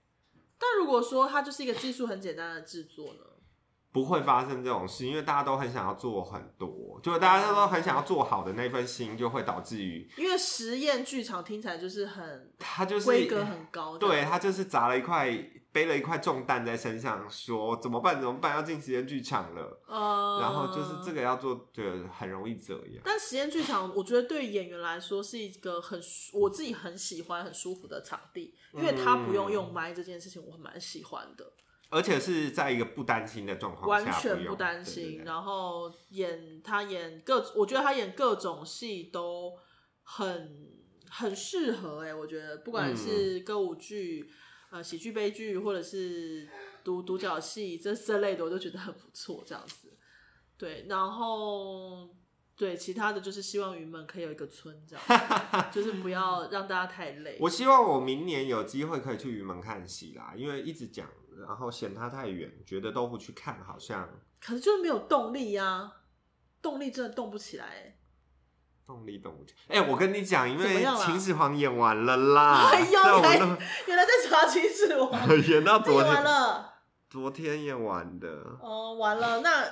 Speaker 1: 但如果说它就是一个技术很简单的制作呢？
Speaker 2: 不会发生这种事，因为大家都很想要做很多，就是大家都很想要做好的那份心，就会导致于
Speaker 1: 因为实验剧场听起来就是很
Speaker 2: 他就是
Speaker 1: 规格很高的，
Speaker 2: 对他就是砸了一块背了一块重担在身上，说怎么办怎么办，要进实验剧场了，
Speaker 1: 呃，
Speaker 2: 然后就是这。个要做，就很容易这样。
Speaker 1: 但实验剧场，我觉得对演员来说是一个很舒我自己很喜欢、很舒服的场地，因为它不用
Speaker 2: 嗯
Speaker 1: 用麦这件事情，我蛮喜欢的。
Speaker 2: 而且是在一个不担心的状况
Speaker 1: 完
Speaker 2: 下，
Speaker 1: 全
Speaker 2: 用
Speaker 1: 不担
Speaker 2: 对对
Speaker 1: 心。
Speaker 2: 对
Speaker 1: 然后演他演各，我觉得他演各种戏都很很适合哎、我觉得不管是
Speaker 2: 嗯
Speaker 1: 歌舞剧、呃喜剧、悲剧，或者是独独角戏这这类的，我都觉得很不错这样子。对，然后对其他的就是希望云门可以有一个村这 样子就是不要让大家太累。
Speaker 2: 我希望我明年有机会可以去云门看戏啦，因为一直讲，然后嫌它太远，觉得都不去看，好像
Speaker 1: 可是就是没有动力呀、动力真的动不起来、欸。
Speaker 2: 动力动不起。哎、我跟你讲，因
Speaker 1: 怎么
Speaker 2: 为
Speaker 1: 样
Speaker 2: 《
Speaker 1: 啦
Speaker 2: 秦始皇》演完了啦，
Speaker 1: 哎呦，
Speaker 2: 在
Speaker 1: 原
Speaker 2: 我
Speaker 1: 来原来在查秦始皇。
Speaker 2: 那 演到
Speaker 1: 这
Speaker 2: 昨
Speaker 1: 个哦完
Speaker 2: 天，
Speaker 1: 了，
Speaker 2: 昨天演完的，
Speaker 1: 哦，完了，那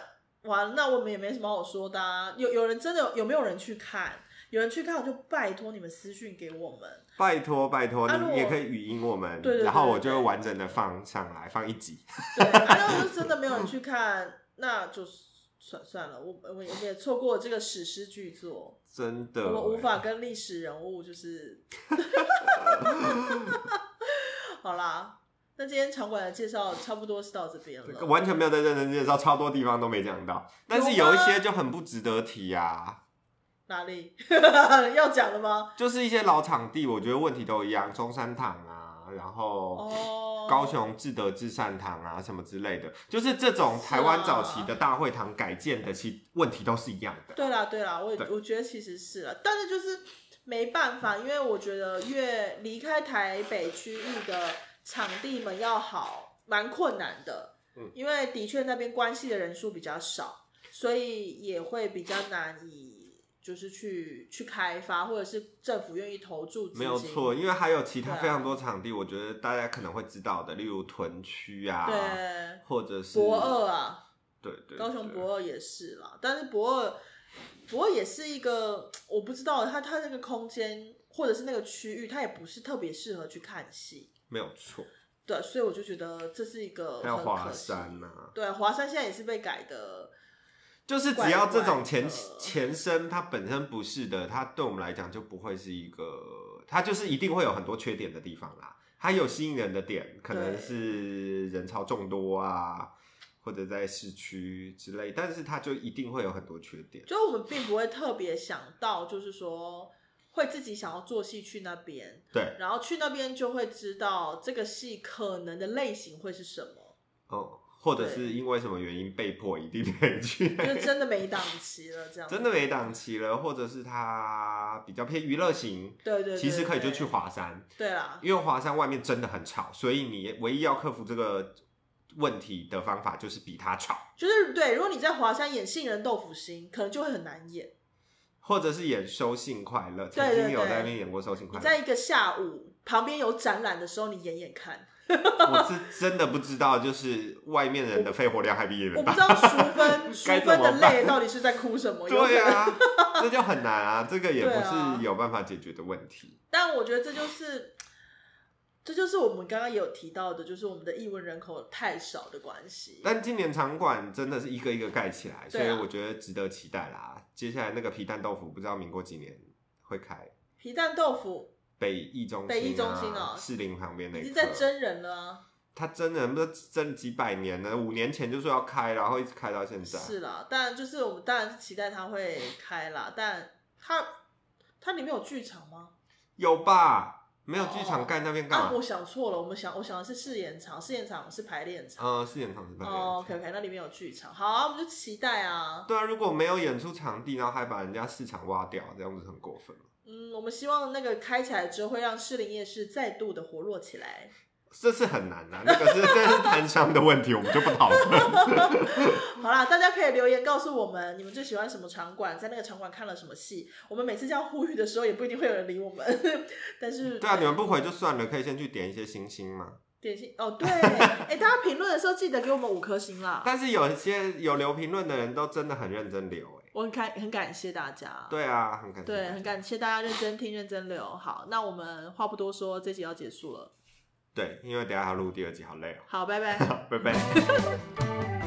Speaker 1: 完了，那我们也没什么好说的、啊。有有人真的有没有人去看？有人去看，我就拜托你们私讯给我们。
Speaker 2: 拜托拜托，
Speaker 1: 啊如
Speaker 2: 你
Speaker 1: 果
Speaker 2: 也可以语音我们，
Speaker 1: 对对对
Speaker 2: 然后我
Speaker 1: 对对
Speaker 2: 就会完整的放上来，放一集。
Speaker 1: 对，啊，要是真的没有人去看，那就算算了，我我也也错过了这个史诗巨作，
Speaker 2: 真
Speaker 1: 我
Speaker 2: 的，
Speaker 1: 们无法跟历史人物就是。 好啦，那今天场馆的介绍差不多是到这边了。
Speaker 2: 完全没有在认真介绍，超多地方都没讲到，但是
Speaker 1: 有吗
Speaker 2: 有一些就很不值得提啊。
Speaker 1: 哪里 要讲了吗？
Speaker 2: 就是一些老场地，我觉得问题都一样，中山堂啊，然后
Speaker 1: 哦，
Speaker 2: 高雄至德至善堂啊什么之类的，就是这种台湾早期的大会堂改建的，其实问题都是一样的。
Speaker 1: 对啊啦，对啦，我也
Speaker 2: 对
Speaker 1: 我觉得其实是了、但是就是没办法，因为我觉得越离开台北区域的场地们要好，蛮困难的。
Speaker 2: 嗯
Speaker 1: 因为的确那边关系的人数比较少，所以也会比较难以就是去去开发，或者是政府愿意投注资金。
Speaker 2: 没有错，，因为还有其他
Speaker 1: 对啊
Speaker 2: 非常多场地，我觉得大家可能会知道的，例如屯区啊，
Speaker 1: 对，
Speaker 2: 或者是
Speaker 1: 博二啊。
Speaker 2: 对对对，
Speaker 1: 高雄博二也是啦，但是博二博二也是一个我不知道它它那个空间或者是那个区域，它也不是特别适合去看戏。
Speaker 2: 没有错，
Speaker 1: 对，所以我就觉得这是一个
Speaker 2: 还有
Speaker 1: 很
Speaker 2: 华
Speaker 1: 可惜
Speaker 2: 山呐、啊，
Speaker 1: 对，华山现在也是被改的，
Speaker 2: 就是只要这种
Speaker 1: 怪
Speaker 2: 前
Speaker 1: 怪的
Speaker 2: 前身它本身不是的，它对我们来讲就不会是一个，它就是一定会有很多缺点的地方啦。它有吸引人的点，可能
Speaker 1: 对
Speaker 2: 是人潮众多啊，或者在市区之类，但是它就一定会有很多缺点。
Speaker 1: 就是我们并不会特别想到，就是说会自己想要做戏去那边，
Speaker 2: 对，
Speaker 1: 然后去那边就会知道这个戏可能的类型会是什么，
Speaker 2: 哦，或者
Speaker 1: 对
Speaker 2: 是因为什么原因被迫一定得去那
Speaker 1: 就
Speaker 2: 个
Speaker 1: 是真的没档期了这样。
Speaker 2: 真的没档期了，或者是它比较偏娱乐型，
Speaker 1: 对对对，
Speaker 2: 其实可以就
Speaker 1: 对
Speaker 2: 去。华山，
Speaker 1: 对啦，
Speaker 2: 因为华山外面真的很吵，所以你唯一要克服这个问题的方法就是比它吵，
Speaker 1: 就是对，如果你在华山演杏仁豆腐心，可能就会很难演。
Speaker 2: 或者是演收信快乐，
Speaker 1: 对
Speaker 2: 曾
Speaker 1: 对
Speaker 2: 经有
Speaker 1: 对
Speaker 2: 在那边演过收信
Speaker 1: 你
Speaker 2: 快乐，
Speaker 1: 在一个下午旁边有展览的时候，你演演看。
Speaker 2: 我是真的不知道，就是外面人的肺活量还比你
Speaker 1: 我
Speaker 2: 们
Speaker 1: 不
Speaker 2: 大
Speaker 1: 知，道淑 芬淑
Speaker 2: 嗯该怎
Speaker 1: 芬的
Speaker 2: 么办
Speaker 1: 泪到底是在哭什 么。有可
Speaker 2: 对
Speaker 1: 能，
Speaker 2: 啊，这就很难啊，这个也不
Speaker 1: 对啊
Speaker 2: 是有办法解决的问题，
Speaker 1: 但我觉得这就是。这就是我们刚刚也有提到的，就是我们的译文人口太少的关系。
Speaker 2: 但今年场馆真的是一个一个盖起来，所以
Speaker 1: 对啊
Speaker 2: 我觉得值得期待啦。接下来那个皮蛋豆腐不知道民国几年会开，
Speaker 1: 皮蛋豆腐
Speaker 2: 北艺中心、啊、
Speaker 1: 北艺中心哦
Speaker 2: 士林旁边那
Speaker 1: 已
Speaker 2: 一
Speaker 1: 经在
Speaker 2: 颗
Speaker 1: 真人了啊、
Speaker 2: 他真人不是真几百年了，五年前就说要开，然后一直开到现在。
Speaker 1: 是啦。但就是我们当然是期待它会开啦，但它它里面有剧场吗？
Speaker 2: 有吧？没有剧
Speaker 1: 哦
Speaker 2: 场盖那边干
Speaker 1: 啊，
Speaker 2: 嘛
Speaker 1: 我？想错了，我们想我想的是试演场，试演场是排练场。
Speaker 2: 嗯，是演唱是那
Speaker 1: 哦，OK
Speaker 2: 边。
Speaker 1: OK，那里面有剧场，好啊，我们就期待啊。
Speaker 2: 对啊，如果没有演出场地，然后还把人家市场挖掉，这样不是很过分吗？
Speaker 1: 嗯，我们希望那个开起来之后，会让士林夜市再度的活络起来。
Speaker 2: 这是很难啊，那个是 这是摊商的问题，我们就不 讨论。
Speaker 1: 好啦，大家可以留言告诉我们，你们最喜欢什么场馆，在那个场馆看了什么戏。我们每次这样呼吁的时候，也不一定会有人理我们。 但是，
Speaker 2: 对啊，你们不回就算了，可以先去点一些星星嘛。
Speaker 1: 点心哦，对，哎、大家评论的时候记得给我们五颗星啦，
Speaker 2: 但是有一些有留评论的人都真的很认真留、欸，
Speaker 1: 我很感很感谢大家。
Speaker 2: 对啊，很感谢。
Speaker 1: 对，很感谢大家认真听、认真留。好，那我们话不多说，这集要结束了。
Speaker 2: 对，因为等一下还要录第二集，好累哦、
Speaker 1: 好，拜拜。
Speaker 2: 拜拜。